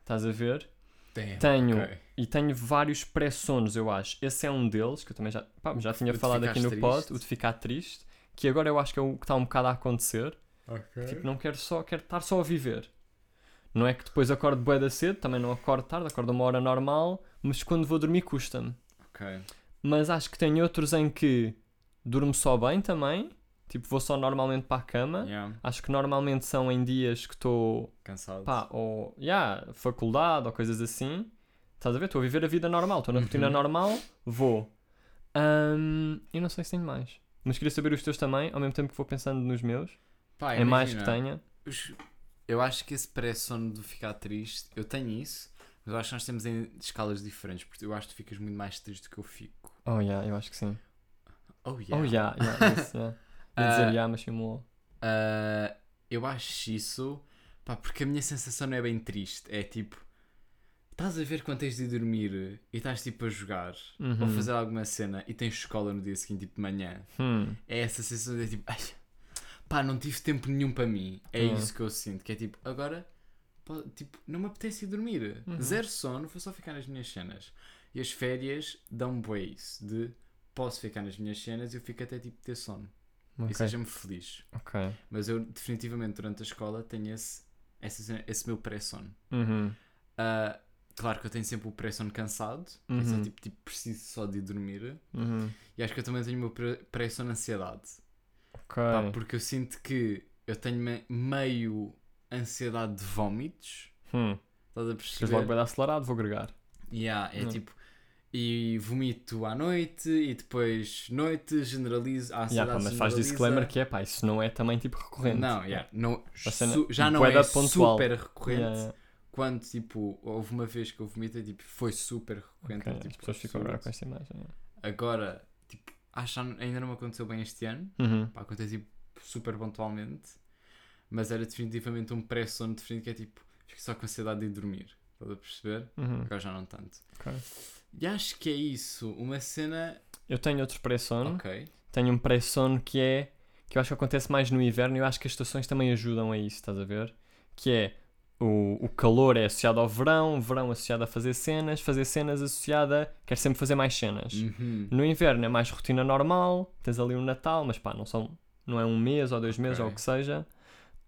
C: Estás a ver?
A: Damn,
C: Tenho,
A: ok.
C: e tenho vários pré-sonos, eu acho. Esse é um deles, que eu também já, pá, já tinha
A: de
C: falado aqui
A: ficares
C: no pod,
A: triste.
C: o de ficar triste, que agora eu acho que é o que está um bocado a acontecer.
A: Ok.
C: Tipo, não quero só, quero estar só a viver. Não é que depois acordo bué da cedo, também não acordo tarde, acordo uma hora normal, mas quando vou dormir custa-me.
A: Ok.
C: Tipo, Mas acho que tem outros em que durmo só bem também, tipo, vou só normalmente para a cama.
A: Yeah.
C: Acho que normalmente são em dias que estou
A: Cansado.
C: pá, ou, yeah, faculdade ou coisas assim, estás a ver? Estou a viver a vida normal, estou na
A: Uhum.
C: rotina normal, vou. Ahm, e não sei se tenho mais. Mas queria saber os teus também, ao mesmo tempo que vou pensando nos meus.
A: Pá,
C: é mais que
A: Ah, imagina,
C: tenha.
A: os- Eu acho que esse pré-sono de ficar triste, eu tenho isso, mas eu acho que nós temos em escalas diferentes, porque eu acho que tu ficas muito mais triste do que eu fico.
C: Oh, yeah, eu acho que sim.
A: Oh yeah.
C: Oh, yeah, yeah, yes, yeah. Ia dizer
A: Ah.
C: yeah, mas chamou.
A: Ah, eu acho isso, pá, porque a minha sensação não é bem triste, é tipo, estás a ver quando tens de ir dormir e estás tipo a jogar ou
C: Uhum.
A: fazer alguma cena e tens escola no dia seguinte, tipo de manhã.
C: Hum,
A: É essa sensação de tipo, ai, pá, não tive tempo nenhum para mim. É
C: Hum.
A: isso que eu sinto, que é tipo, agora, pá, tipo, não me apetece ir dormir.
C: Uhum.
A: Zero sono, vou só ficar nas minhas cenas. E as férias dão bué isso, de posso ficar nas minhas cenas e eu fico até tipo ter sono. E
C: ok,
A: seja-me feliz.
C: ok.
A: Mas eu definitivamente durante a escola tenho esse, essa cena- esse meu pré-sono.
C: Uhum.
A: Ah, claro que eu tenho sempre o pré-sono cansado, que é só
C: Uhum.
A: tipo, tipo, preciso só de dormir.
C: Uhum.
A: E acho que eu também tenho o meu pré- pré-sono ansiedade.
C: Ok.
A: Pá, porque eu sinto que eu tenho me- meio ansiedade de vómitos.
C: Hum.
A: Estás a
C: Depois logo Hum. vai
A: perceber?
C: dar acelerado, vou agregar.
A: Yeah, é
C: Não.
A: tipo. E vomito à noite e depois noite generalizo. A ansiedade
C: Yeah, pá, mas faz
A: generaliza.
C: disclaimer que é, pá, isso não é também tipo recorrente.
A: Não, yeah, não
C: cena
A: su- já não
C: bué
A: é
C: da pontual.
A: super
C: Yeah,
A: recorrente.
C: yeah.
A: Quando, tipo, houve uma vez que eu vomitei, tipo, foi super recorrente.
C: Ok,
A: tipo,
C: as pessoas ficam agora com esta imagem.
A: Agora, tipo, acho, que ainda não me aconteceu bem este ano.
C: é. Uhum.
A: Pá, acontece tipo, super pontualmente, mas era definitivamente um pré-sono definido que é tipo, fico só com ansiedade de ir dormir. Estás a perceber?
C: Uhum.
A: Agora já não tanto.
C: Ok.
A: E acho que é isso. Uma cena.
C: Eu tenho outro pré-sono.
A: Ok.
C: Tenho um pré-sono que é. que eu acho que acontece mais no inverno e eu acho que as estações também ajudam a isso, estás a ver? Que é. O, o calor é associado ao verão, verão associado a fazer cenas, fazer cenas associada a. quer sempre fazer mais cenas.
A: Uhum.
C: No inverno é mais rotina normal, tens ali um Natal, mas pá, não, são, não é um mês ou dois meses
A: Ok.
C: ou o que seja.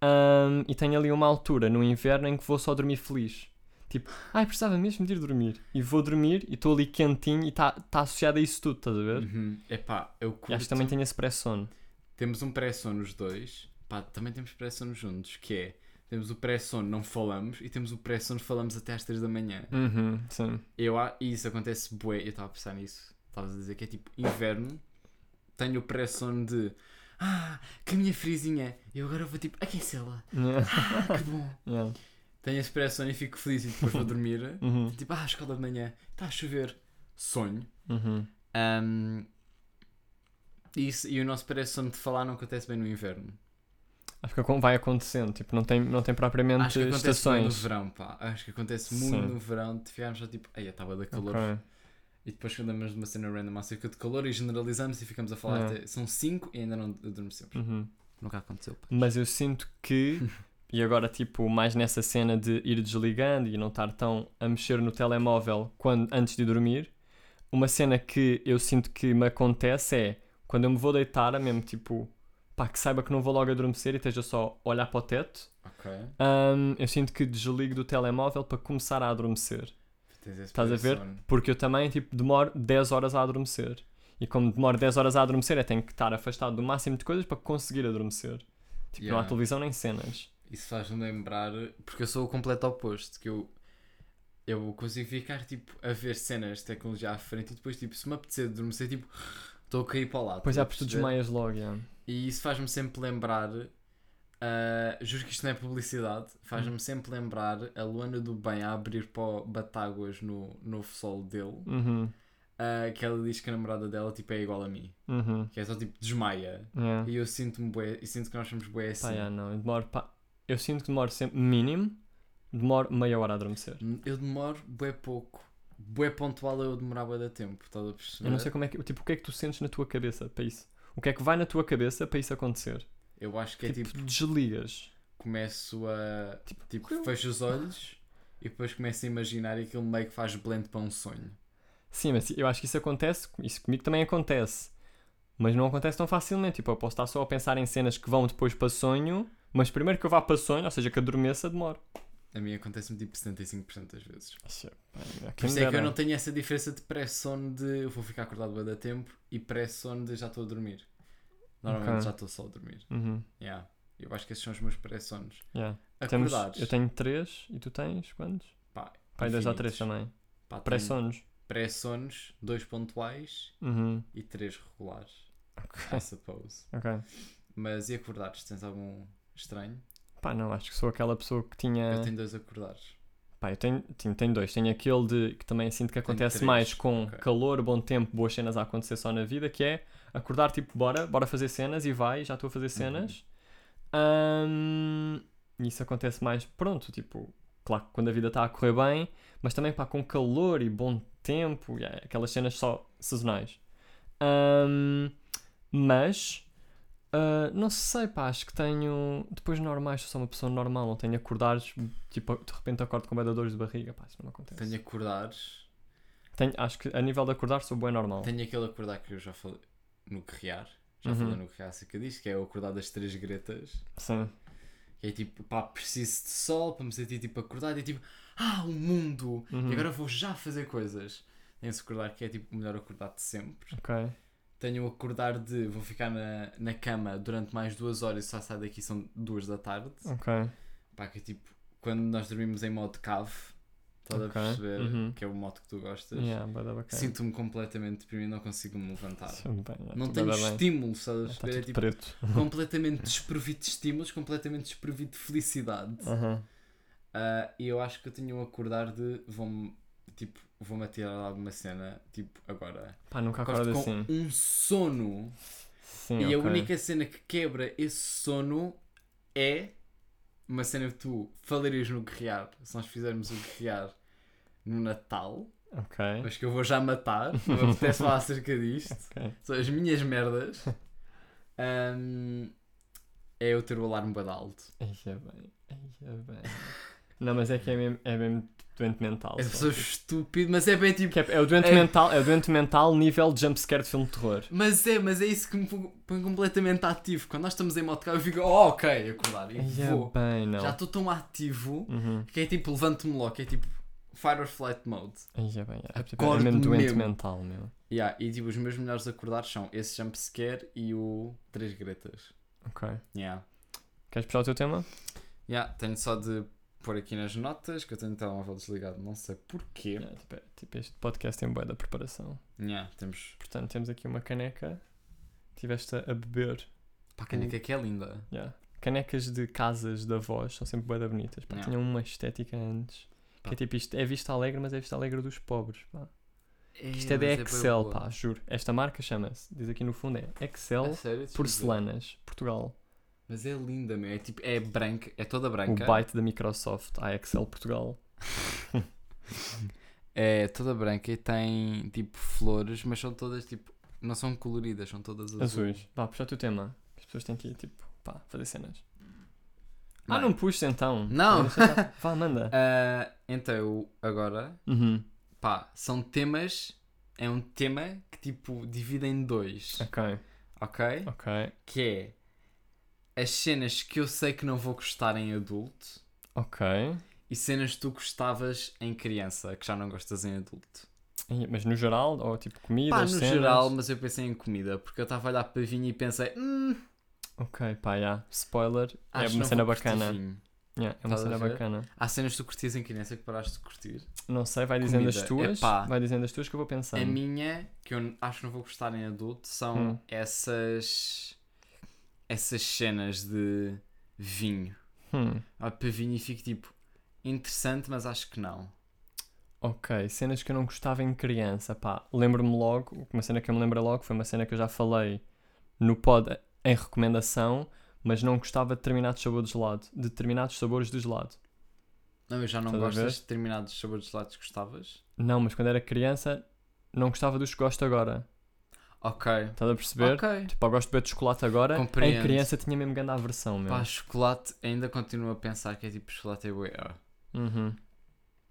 C: Ahm, e tenho ali uma altura no inverno em que vou só dormir feliz. Tipo, ai, precisava mesmo de ir dormir. E vou dormir e estou ali quentinho e está tá associado a isso tudo, estás a ver?
A: Uhum. Epá, eu
C: E
A: curto.
C: acho que também tenho esse pré-sono.
A: Temos um pré-sono os dois. Pá, também temos pré-sono juntos, que é... Temos o pré-sono não falamos e temos o pré-sono falamos até às 3 da manhã.
C: Uhum, sim.
A: Eu, a- e isso acontece bué, eu estava a pensar nisso. Estavas a dizer que é tipo inverno, tenho o pré-sono de... Ah, que minha frisinha, eu agora vou tipo aquecê-la. Ah, que bom.
C: Yeah.
A: Tenho esse pré-sono e fico feliz e depois vou dormir.
C: Uhum.
A: tipo, ah, escola de manhã, está a chover. Sonho.
C: Uhum.
A: Ahm, isso, e o nosso pré-sono de falar não acontece bem no inverno.
C: Acho que acon- vai acontecendo, tipo, não tem, não tem propriamente
A: Acho que acontece muito no
C: estações.
A: verão, pá. Acho que acontece muito
C: Sim.
A: no verão de ficarmos só tipo, ai, estava da calor.
C: Ok.
A: E depois andamos de uma cena random acerca de calor e generalizamos e ficamos a falar
C: É.
A: até. São 5 e ainda não adormecemos.
C: Uhum.
A: Nunca aconteceu, pá.
C: Mas eu sinto que, e agora, tipo, mais nessa cena de ir desligando e não estar tão a mexer no telemóvel quando, antes de dormir, uma cena que eu sinto que me acontece é quando eu me vou deitar, é mesmo tipo, pá, que saiba que não vou logo adormecer e esteja só a olhar para o teto,
A: Ok.
C: hum, eu sinto que desligo do telemóvel para começar a adormecer.
A: Tens esse
C: Estás a ver?
A: pré-sono.
C: Porque eu também, tipo, demoro 10 horas a adormecer. E como demoro 10 horas a adormecer, eu tenho que estar afastado do máximo de coisas para conseguir adormecer. Tipo, não há
A: Yeah.
C: televisão nem cenas.
A: Isso faz-me lembrar, porque eu sou o completo oposto, que eu, eu consigo ficar tipo a ver cenas de tecnologia à frente e depois tipo, se me apetecer adormecer, tipo, estou a cair para o lado.
C: Pois é,
A: estás a
C: porque tu
A: perceber?
C: desmaias logo, yeah.
A: E isso faz-me sempre lembrar, ah, juro que isto não é publicidade,
C: Hum.
A: faz-me sempre lembrar a Luana do Bem a abrir para o Batáguas no novo sol dele,
C: Uhum,
A: ah, que ela diz que a namorada dela tipo, é igual a mim,
C: uhum,
A: que é só tipo desmaia.
C: yeah.
A: E eu sinto-me bué, e sinto que nós somos bué assim.
C: Pá, yeah, não, eu demoro, pá, eu sinto que demoro sempre, mínimo, demoro meia hora a adormecer.
A: Eu demoro bué pouco. Bué pontual eu demorava da tempo, estás a perceber?
C: Eu não sei como é que, tipo, o que é que tu sentes na tua cabeça para isso? O que é que vai na tua cabeça para isso acontecer?
A: Eu acho que é tipo,
C: tipo, desligas.
A: começo a.
C: Tipo,
A: Tipo, fecho os olhos e depois começo a imaginar e aquilo meio que faz blend para um sonho.
C: Sim, mas eu acho que isso acontece, isso comigo também acontece. Mas não acontece tão facilmente. Tipo, eu posso estar só a pensar em cenas que vão depois para sonho, mas primeiro que eu vá para sonho, ou seja, que adormeça, demora.
A: A mim acontece-me tipo 75% das vezes. Por
C: Quem
A: isso é que eu
C: dera.
A: não tenho essa diferença de pré-sono de eu vou ficar acordado bué da tempo e pré-sono de já estou a dormir. Normalmente
C: Ok.
A: já estou só a dormir.
C: Uhum,
A: Yeah. Eu acho que esses são os meus pré-sonos.
C: yeah. Temos,
A: Acordados.
C: eu tenho três e tu tens quantos?
A: Pá,
C: Pai, dois ou três
A: infinitos.
C: também.
A: Pá, tenho
C: Pré-sonos.
A: Pré-sonos, dois pontuais
C: Uhum.
A: e três regulares, I
C: Ok.
A: suppose.
C: ok.
A: Mas e acordados? Tens algum estranho?
C: Pá, não, acho que sou aquela pessoa que tinha.
A: Eu tenho dois acordados.
C: Pá, eu tenho, tenho, tenho dois. Tenho aquele de que também sinto que acontece
A: três,
C: mais com
A: ok.
C: calor, bom tempo, boas cenas a acontecer só na vida, que é acordar tipo, bora, bora fazer cenas e vai, já estou a fazer cenas.
A: Uhum.
C: Ahm, isso acontece mais, pronto, tipo, claro, que quando a vida está a correr bem, mas também pá, com calor e bom tempo, e, é, aquelas cenas só sazonais. Ahm, mas, ah, não sei, pá, acho que tenho. Depois, normais, sou só uma pessoa normal, não tenho acordares, tipo, de repente acordo com bué de dores de barriga, pá, isso não me acontece.
A: Tenho acordados.
C: Tenho- acho que a nível de acordar sou bem normal.
A: Tenho aquele acordar que eu já falei no Guerrear. Já
C: Uhum.
A: falei no Guerrear acerca disto, que é o acordar das três gretas.
C: Sim.
A: Que é tipo, pá, preciso de sol para me sentir tipo acordado e tipo, ah, o mundo!
C: Uhum.
A: E agora vou já fazer coisas. Tenho esse acordar que é tipo o melhor acordar de sempre.
C: Ok.
A: Tenho o acordar de vou ficar na, na cama durante mais duas horas e só saio daqui são duas da tarde.
C: Ok.
A: Pá, que é tipo, quando nós dormimos em modo cave, estás
C: Ok,
A: a perceber?
C: uhum.
A: Que é o modo que tu gostas.
C: Yeah, bué da bacana.
A: Sinto-me completamente deprimido, não consigo me levantar.
C: Sim, bem, é,
A: Não
C: tudo
A: tenho
C: bué da bem.
A: estímulo, estás a
C: Está
A: perceber? É
C: tudo
A: tipo,
C: preto.
A: completamente desprovido de estímulos, completamente desprovido de felicidade.
C: Aham.
A: Ah, E eu acho que eu tenho um acordar de vou-me, tipo, vou-me atirar a alguma cena, tipo, agora.
C: Pá, nunca
A: Acordo
C: acordo
A: com
C: assim.
A: um sono.
C: Sim,
A: E a
C: ok.
A: única cena que quebra esse sono é uma cena que tu falarias no guerrear, se nós fizermos o guerrear no Natal,
C: Ok.
A: mas que eu vou já matar, não me apetece falar acerca disto,
C: Ok.
A: são as minhas merdas, Ahm, é eu ter o alarme bué de alto.
C: Aí é bem. Aí é bem. Não, mas é que é mesmo, é mesmo doente mental.
A: É
C: só.
A: só estúpido, mas é bem tipo...
C: Que é, é o doente
A: É.
C: mental, é o doente mental nível jumpscare de filme de terror.
A: Mas é, mas é isso que me põe põe completamente ativo. Quando nós estamos em motocarro eu fico, oh, ok, acordar, e
C: Aí é
A: vou.
C: bem, não.
A: Já estou tão ativo
C: Uhum.
A: que é tipo, levanto-me logo, que é tipo, Fight or Flight Mode.
C: Ai, é bem, é, tipo, é
A: Acordo
C: mesmo doente
A: mesmo.
C: mental, meu.
A: Yeah, e tipo, os meus melhores acordados são esse jumpscare e o Três Gretas.
C: Ok.
A: Yeah.
C: Queres puxar o teu tema?
A: Yeah, tenho só de pôr aqui nas notas que eu tenho o telemóvel desligado, não sei porquê.
C: Yeah, tipo, é- tipo, este podcast tem boa da preparação.
A: Yeah, temos.
C: Portanto, temos aqui uma caneca. Tiveste a beber.
A: Pá, a caneca que é linda.
C: Yeah. Canecas de casas da voz são sempre boa da bonitas. Pá,
A: Yeah.
C: Tinham uma estética antes.
A: Pá.
C: Que é tipo isto, é vista alegre, mas é vista alegre dos pobres. Pá. Isto
A: Eh,
C: é da
A: mas bué
C: Excel,
A: boa.
C: pá, juro. Esta marca chama-se, diz aqui no fundo, é
A: A
C: Excel
A: sério, deixa eu ver.
C: Porcelanas, Portugal.
A: Mas é linda, meu. É tipo, é branca, é toda
C: O
A: branca.
C: byte da Microsoft, a Excel Portugal.
A: É toda branca e tem tipo flores, mas são todas tipo. Não são coloridas, são todas azuis.
C: Azuis. Vá, puxa o teu tema. que As pessoas têm que ir, tipo, pá, fazer cenas. Ah,
A: Bem.
C: não puxa então.
A: Não.
C: Deixa estar. Vá, manda.
A: Ah, então, eu agora,
C: Uhum.
A: pá, são temas. É um tema que tipo divide em dois,
C: Ok,
A: ok?
C: ok,
A: Que é as cenas que eu sei que não vou gostar em adulto
C: ok.
A: e cenas que tu gostavas em criança, que já não gostas em adulto.
C: E- Mas no geral, ou tipo comida,
A: Pá,
C: ou
A: no
C: cenas?
A: geral, mas eu pensei em comida, porque eu estava a olhar para vinho e pensei, hum,
C: Ok, pá, já. Spoiler,
A: acho
C: é
A: que
C: uma
A: não
C: cena
A: vou curtir
C: bacana.
A: vinho.
C: Yeah, é uma
A: Estás a
C: cena
A: ver?
C: bacana.
A: Há cenas que tu curtias em criança que paraste de curtir.
C: Não sei, vai dizendo as
A: Comida,
C: tuas.
A: epá. É
C: Vai dizendo as tuas que eu vou pensar.
A: A minha, que eu acho que não vou gostar em adulto, são
C: Hum.
A: essas. essas cenas de vinho.
C: Hum,
A: Olha para vinho e fico tipo. Interessante, mas acho que não.
C: ok, cenas que eu não gostava em criança, pá. Lembro-me logo, uma cena que eu me lembro logo foi uma cena que eu já falei no pod em recomendação, mas não gostava de determinados sabores de gelado. De determinados sabores de gelado.
A: Não, eu já não
C: Estás a
A: gosto
C: ver?
A: de determinados sabores de gelados que gostavas.
C: Não, mas quando era criança, não gostava dos que gosto agora.
A: Ok.
C: Estás a perceber?
A: Ok.
C: Tipo, eu gosto de beber de chocolate agora.
A: Compreendo.
C: Em criança tinha mesmo grande aversão, meu.
A: Pá, chocolate, ainda continuo a pensar que é tipo chocolate é bué. ó.
C: Uhum,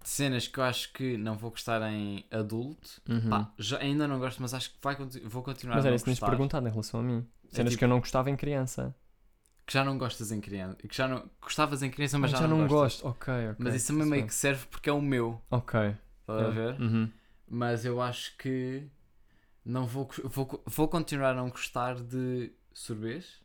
A: Cenas que eu acho que não vou gostar em adulto.
C: uhum.
A: Pá, já, ainda não gosto, mas acho que vai, conti- vou continuar
C: Mas
A: a
C: era
A: não
C: isso que tinhas
A: gostar.
C: perguntado em relação a mim.
A: É
C: Cenas
A: tipo-
C: que eu não gostava em criança.
A: que já não gostas em criança, que já não gostavas em criança,
C: Mas
A: mas,
C: já, não,
A: gostas.
C: gosto. Ok, ok.
A: Mas isso também
C: tudo
A: meio
C: bem.
A: que serve porque é o meu,
C: Ok.
A: estás a ver?
C: Uhum.
A: Mas eu acho que não vou, cus- vou, cu- vou continuar a não gostar de sorbês.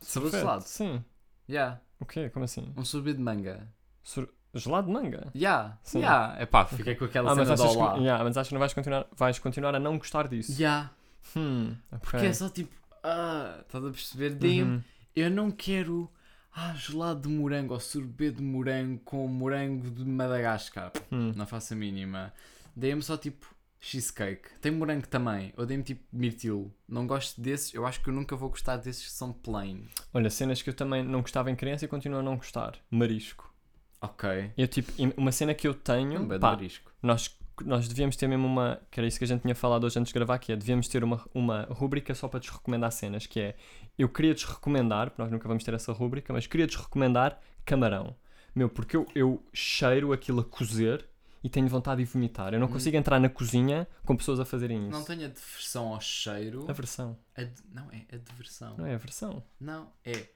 A: Sabor de
C: Perfeito.
A: gelado.
C: Sim.
A: Yeah.
C: O quê? Como assim?
A: Um sorbê de manga.
C: Sur- Gelado de manga?
A: Yeah.
C: Sim.
A: Yeah. Epá, fiquei com aquela
C: Ah, mas
A: cena de
C: achas,
A: olá.
C: que, yeah, mas achas que não vais continuar, vais continuar a não gostar disso?
A: Yeah.
C: Hum, ok.
A: Porque é só tipo, ah, estás a perceber? Dê-me
C: Uhum.
A: Eu não quero ah, gelado de morango ou sorbet de morango com morango de Madagascar.
C: Hum.
A: Não faço a mínima. Dei-me só tipo cheesecake. Tem morango também. Ou dei-me tipo mirtilo. Não gosto desses. Eu acho que eu nunca vou gostar desses que são plain.
C: Olha, cenas que eu também não gostava em criança e continuo a não gostar. Marisco.
A: Ok.
C: Eu, tipo, im- uma cena que eu tenho.
A: Também de
C: Hum, pá,
A: marisco.
C: nós, nós devíamos ter mesmo uma. Que era isso que a gente tinha falado hoje antes de gravar, que é devíamos ter uma, uma rúbrica só para desrecomendar cenas, que é eu queria desrecomendar, porque nós nunca vamos ter essa rúbrica, mas queria desrecomendar camarão. Meu, porque eu, eu cheiro aquilo a cozer e tenho vontade de vomitar. Eu não consigo entrar na cozinha com pessoas a fazerem isso.
A: Hum. Não tenho adversão ao cheiro.
C: Aversão.
A: Ad- Não, é adversão.
C: Não é aversão.
A: Não, é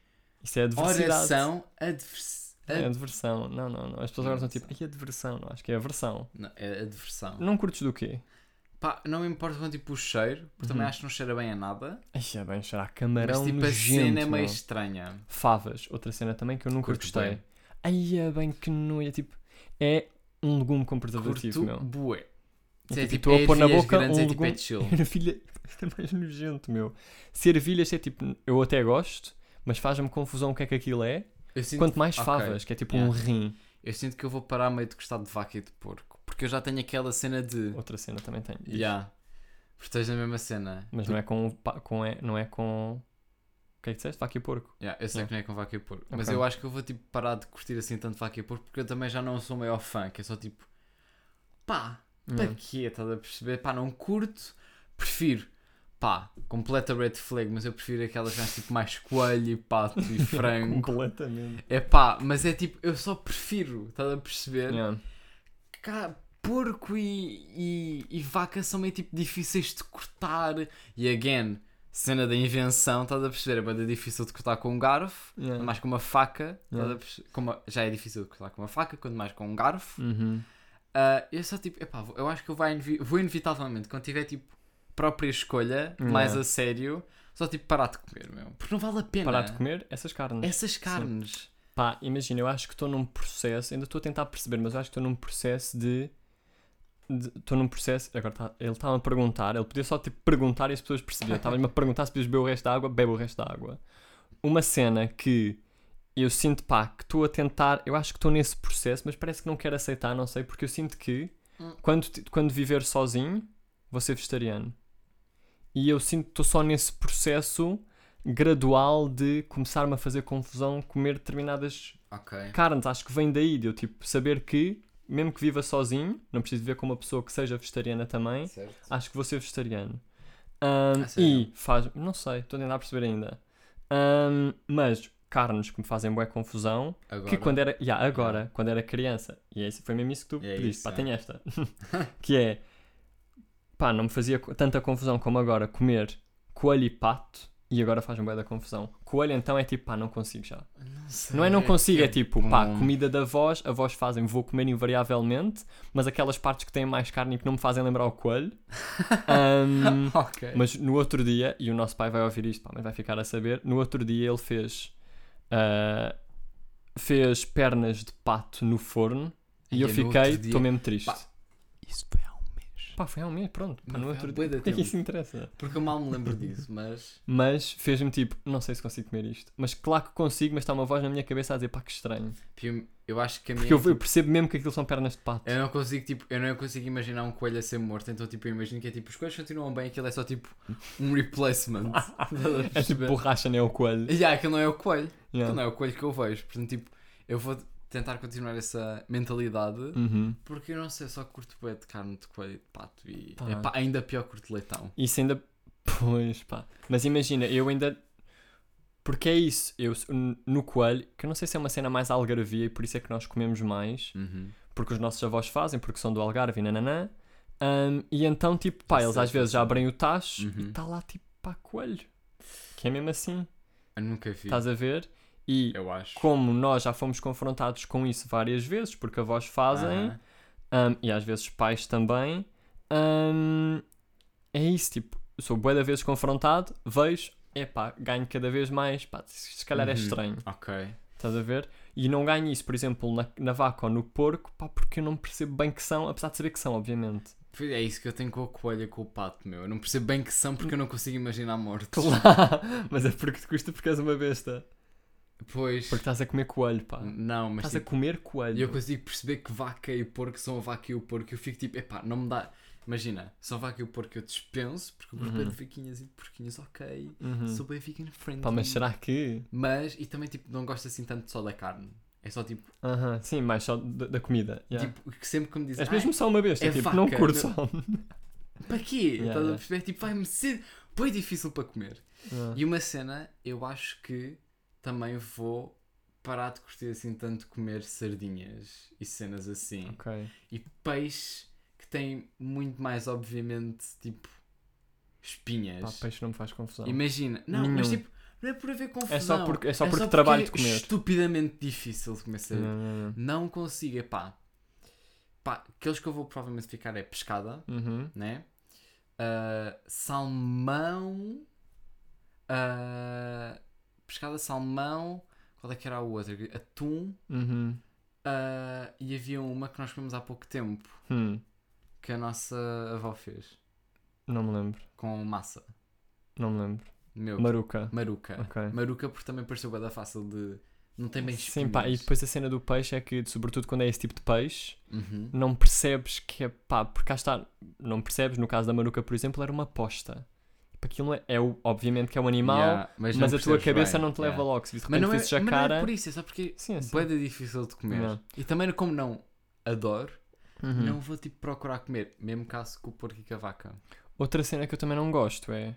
C: Isso é adversidade.
A: oração advers...
C: É
A: ad-
C: adversão. Não, não, não. As pessoas agora estão tipo, ai, adversão. Não, acho que é aversão.
A: Não, é adversão.
C: Não curtes do quê?
A: Pá, não me importa com tipo o cheiro, porque
C: Uhum.
A: também acho que não cheira bem a nada.
C: Ai, é bem, será
A: Mas
C: camarão
A: tipo a
C: nojento,
A: cena é meio
C: meu.
A: estranha.
C: Favas, outra cena também que eu nunca
A: Curto
C: gostei.
A: bué.
C: Ai, é bem que não é tipo. É um legume com preservativo,
A: Curto
C: meu.
A: bué.
C: É
A: Se
C: tipo, estou a pôr na
A: ervilhas
C: boca
A: grandes,
C: um
A: é tipo, é
C: legume.
A: chill.
C: Ervilha, isto é mais nojento, meu. Cervilhas é tipo, eu até gosto, mas faz-me confusão o que é que aquilo é.
A: Eu sinto,
C: Quanto mais
A: ok.
C: favas, que é tipo um
A: Yeah.
C: rim.
A: eu sinto que eu vou parar meio de gostar de vaca e de porco. Porque eu já tenho aquela cena de.
C: Outra cena também tem. diz.
A: Ya. Porque tens a mesma cena. Tipo,
C: Mas não é com. pa- com é, não é com. O que é que disseste? Vaca e porco.
A: Ya, eu sei que não é com vaca e porco. Mas
C: Ok.
A: eu acho que eu vou tipo parar de curtir assim tanto vaca e porco porque eu também já não sou o maior fã, que é só tipo. Pá,
C: Hum.
A: para quê? é, Estás a perceber? Pá, não curto, prefiro. Pá, completa red flag, mas eu prefiro aquelas que tipo mais coelho e pato e frango.
C: Completamente.
A: É pá, mas é tipo, eu só prefiro, estás a perceber?
C: Yeah.
A: Cá, porco e, e, e vaca são meio tipo difíceis de cortar. E again, cena da invenção, estás a perceber? É bem difícil de cortar com um garfo,
C: Yeah.
A: mais com uma faca. estás a
C: Yeah.
A: perce- com uma- já é difícil de cortar com uma faca, quanto mais com um garfo.
C: Uhum.
A: Ah, eu só tipo, epá, vou- eu acho que eu vou, invi- vou inevitavelmente, quando tiver tipo própria escolha, mais a sério, só tipo parar de comer, meu. Porque não vale a pena.
C: Parar de comer essas carnes.
A: Essas carnes.
C: Pá, imagina, eu acho que estou num processo, ainda estou a tentar perceber, mas eu acho que estou num processo de. de- Estou num processo. Agora tá- ele estava a perguntar, ele podia só tipo perguntar e as pessoas percebiam. Estava-me a perguntar se podias beber o resto da água, bebe o resto da água. Uma cena que eu sinto, pá, que estou a tentar, eu acho que estou nesse processo, mas parece que não quero aceitar, não sei, porque eu sinto que quando, ti- quando viver sozinho, vou ser vegetariano. E eu sinto que estou só nesse processo gradual de começar-me a fazer confusão comer determinadas
A: Ok.
C: carnes. Acho que vem daí, de eu tipo saber que, mesmo que viva sozinho, não preciso viver com uma pessoa que seja vegetariana também,
A: Certo.
C: acho que vou ser vegetariano. Ahm,
A: Ah, sério?
C: e faz. Não sei, estou a tentar perceber ainda. Ahm, mas carnes que me fazem boa confusão.
A: Agora.
C: Que quando era. Yeah, agora, quando era criança. E é isso- foi mesmo isso que tu
A: É
C: pediste.
A: isso,
C: pá,
A: é.
C: tem esta. que é. Pá, não me fazia co- tanta confusão como agora comer coelho e pato. E agora faz-me bué da confusão. Coelho então é tipo, pá, não consigo já. Não é não consigo, é, tipo, pá,
A: bom.
C: comida da voz, a voz fazem, vou comer invariavelmente, mas aquelas partes que têm mais carne e que não me fazem lembrar o coelho. Ahm,
A: Ok.
C: tipo, mas no outro dia, e o nosso pai vai ouvir isto, pá, mas vai ficar a saber. No outro dia ele fez. ah, fez pernas de pato no forno e
A: Ia é
C: eu
A: no
C: fiquei.
A: outro dia.
C: Estou mesmo triste.
A: Pá. Isso foi há um mês.
C: Pá, foi há um mês, pronto. Pá,
A: Não,
C: no
A: foi há
C: outro
A: bué
C: dia.
A: de
C: O que é que
A: tempo.
C: isso interessa?
A: tipo, Porque eu mal me lembro disso, mas.
C: Mas fez-me tipo, não sei se consigo comer isto. Mas claro que consigo, mas está uma voz na minha cabeça a dizer, pá, que estranho.
A: tipo, Eu, eu acho que a minha.
C: Porque eu, eu percebo mesmo que aquilo são pernas de pato. É
A: Eu não consigo, tipo, eu não consigo imaginar um coelho a ser morto, então tipo, eu imagino que é tipo, os coelhos continuam bem, aquilo é só tipo um replacement. Estás a
C: É tipo
A: perceber?
C: borracha, não é o coelho.
A: Yeah, aquilo não é o coelho.
C: Yeah.
A: Aquilo não é o coelho que eu vejo. Portanto, tipo, eu vou tentar continuar essa mentalidade
C: Uhum.
A: porque eu não sei, só curto bué de carne de coelho e de pato e
C: Pá.
A: epá, ainda pior curto leitão.
C: Isso ainda. Pois pá. Mas imagina, eu ainda. Porque é isso, eu no coelho, que eu não sei se é uma cena mais algarvia e por isso é que nós comemos mais,
A: Uhum.
C: porque os nossos avós fazem, porque são do Algarve e nananã. Ahm, e então, tipo, pá, eles
A: sei,
C: às vezes
A: sei.
C: abrem o tacho e
A: Uhum.
C: está lá, tipo, pá, coelho. Que é mesmo assim,
A: Eu nunca vi.
C: estás a ver? E
A: Eu acho.
C: como nós já fomos confrontados com isso várias vezes, porque avós fazem,
A: Aham.
C: Um, e às vezes pais também. um, é isso, tipo, eu sou bué da vezes confrontado, vejo, epá, ganho cada vez mais, pá, se se calhar é
A: Uhum.
C: estranho,
A: Ok.
C: estás a ver? E não ganho isso, por exemplo, na, na vaca ou no porco, pá, porque eu não percebo bem que são, apesar de saber que são, obviamente.
A: Pois É isso que eu tenho com a coelha e com o pato, meu. Eu não percebo bem que são porque eu não consigo imaginar mortos.
C: Claro, mas é porque te custa porque és uma besta.
A: Pois.
C: Porque estás a comer coelho, pá.
A: Não, mas
C: Estás
A: tipo,
C: a comer
A: E
C: coelho.
A: eu consigo perceber que vaca e porco são a vaca e o porco. Eu fico tipo, epá, não me dá. Imagina, são a vaca e o porco eu dispenso, porque o grupo é de vaquinhas e de porquinhas, ok.
C: Uhum.
A: Sou bem fica na frente.
C: Pá, mas será que.
A: Mas, e também, tipo, não gosto assim tanto só da carne. É só tipo,
C: Aham, Sim, mais só da, da comida. yeah.
A: tipo, que sempre que me dizem,
C: és mesmo só uma besta,
A: é
C: tipo, não
A: vaca,
C: curto
A: não-
C: só.
A: "Ai, para quê?
C: Yeah,
A: Estás a
C: yeah. Ah.
A: perceber? Tipo, vai-me ser bem difícil para comer. E uma cena, eu acho que também vou parar de curtir assim tanto comer sardinhas e cenas assim.
C: Ok.
A: e peixe que tem muito mais, obviamente, tipo
C: Pá,
A: espinhas.
C: peixe não me faz confusão.
A: Imagina, não, mas
C: Nenhum.
A: tipo, não é por haver confusão.
C: porque- é só porque trabalho de
A: É
C: comer.
A: estupidamente difícil de comer
C: Não,
A: sardinha.
C: não, não.
A: Não consigo, é pá. Pá, aqueles que eu vou provavelmente ficar é pescada,
C: Uhum.
A: né? Ah, salmão. ah, pescada, salmão. Qual é que era a outra? Atum.
C: Uhum.
A: ah, e havia uma que nós comemos há pouco tempo.
C: Hum,
A: que a nossa avó fez
C: Não me lembro.
A: com massa.
C: Não me lembro.
A: Meu,
C: Maruca.
A: maruca.
C: Ok.
A: Maruca porque também pareceu bada fácil de. Não tem bem espinhas.
C: Sim, pá, e depois a cena do peixe é que, sobretudo quando é esse tipo de peixe,
A: Uhum.
C: não percebes que é pá, porque cá está, não percebes, no caso da maruca, por exemplo, era uma aposta. Tipo, Aquilo não é, é o- obviamente que é um animal,
A: Yeah, mas
C: mas,
A: não
C: a tua
A: percebes
C: cabeça
A: bem,
C: não te leva
A: yeah.
C: logo. Se de
A: Mas
C: repente
A: não, é,
C: visses a
A: mas não é
C: cara.
A: por isso, é só porque
C: Sim, é sim.
A: é difícil de comer.
C: Não.
A: E também, como não adoro,
C: Uhum.
A: não vou tipo procurar comer. Mesmo caso com o porco e com a vaca.
C: Outra cena que eu também não gosto é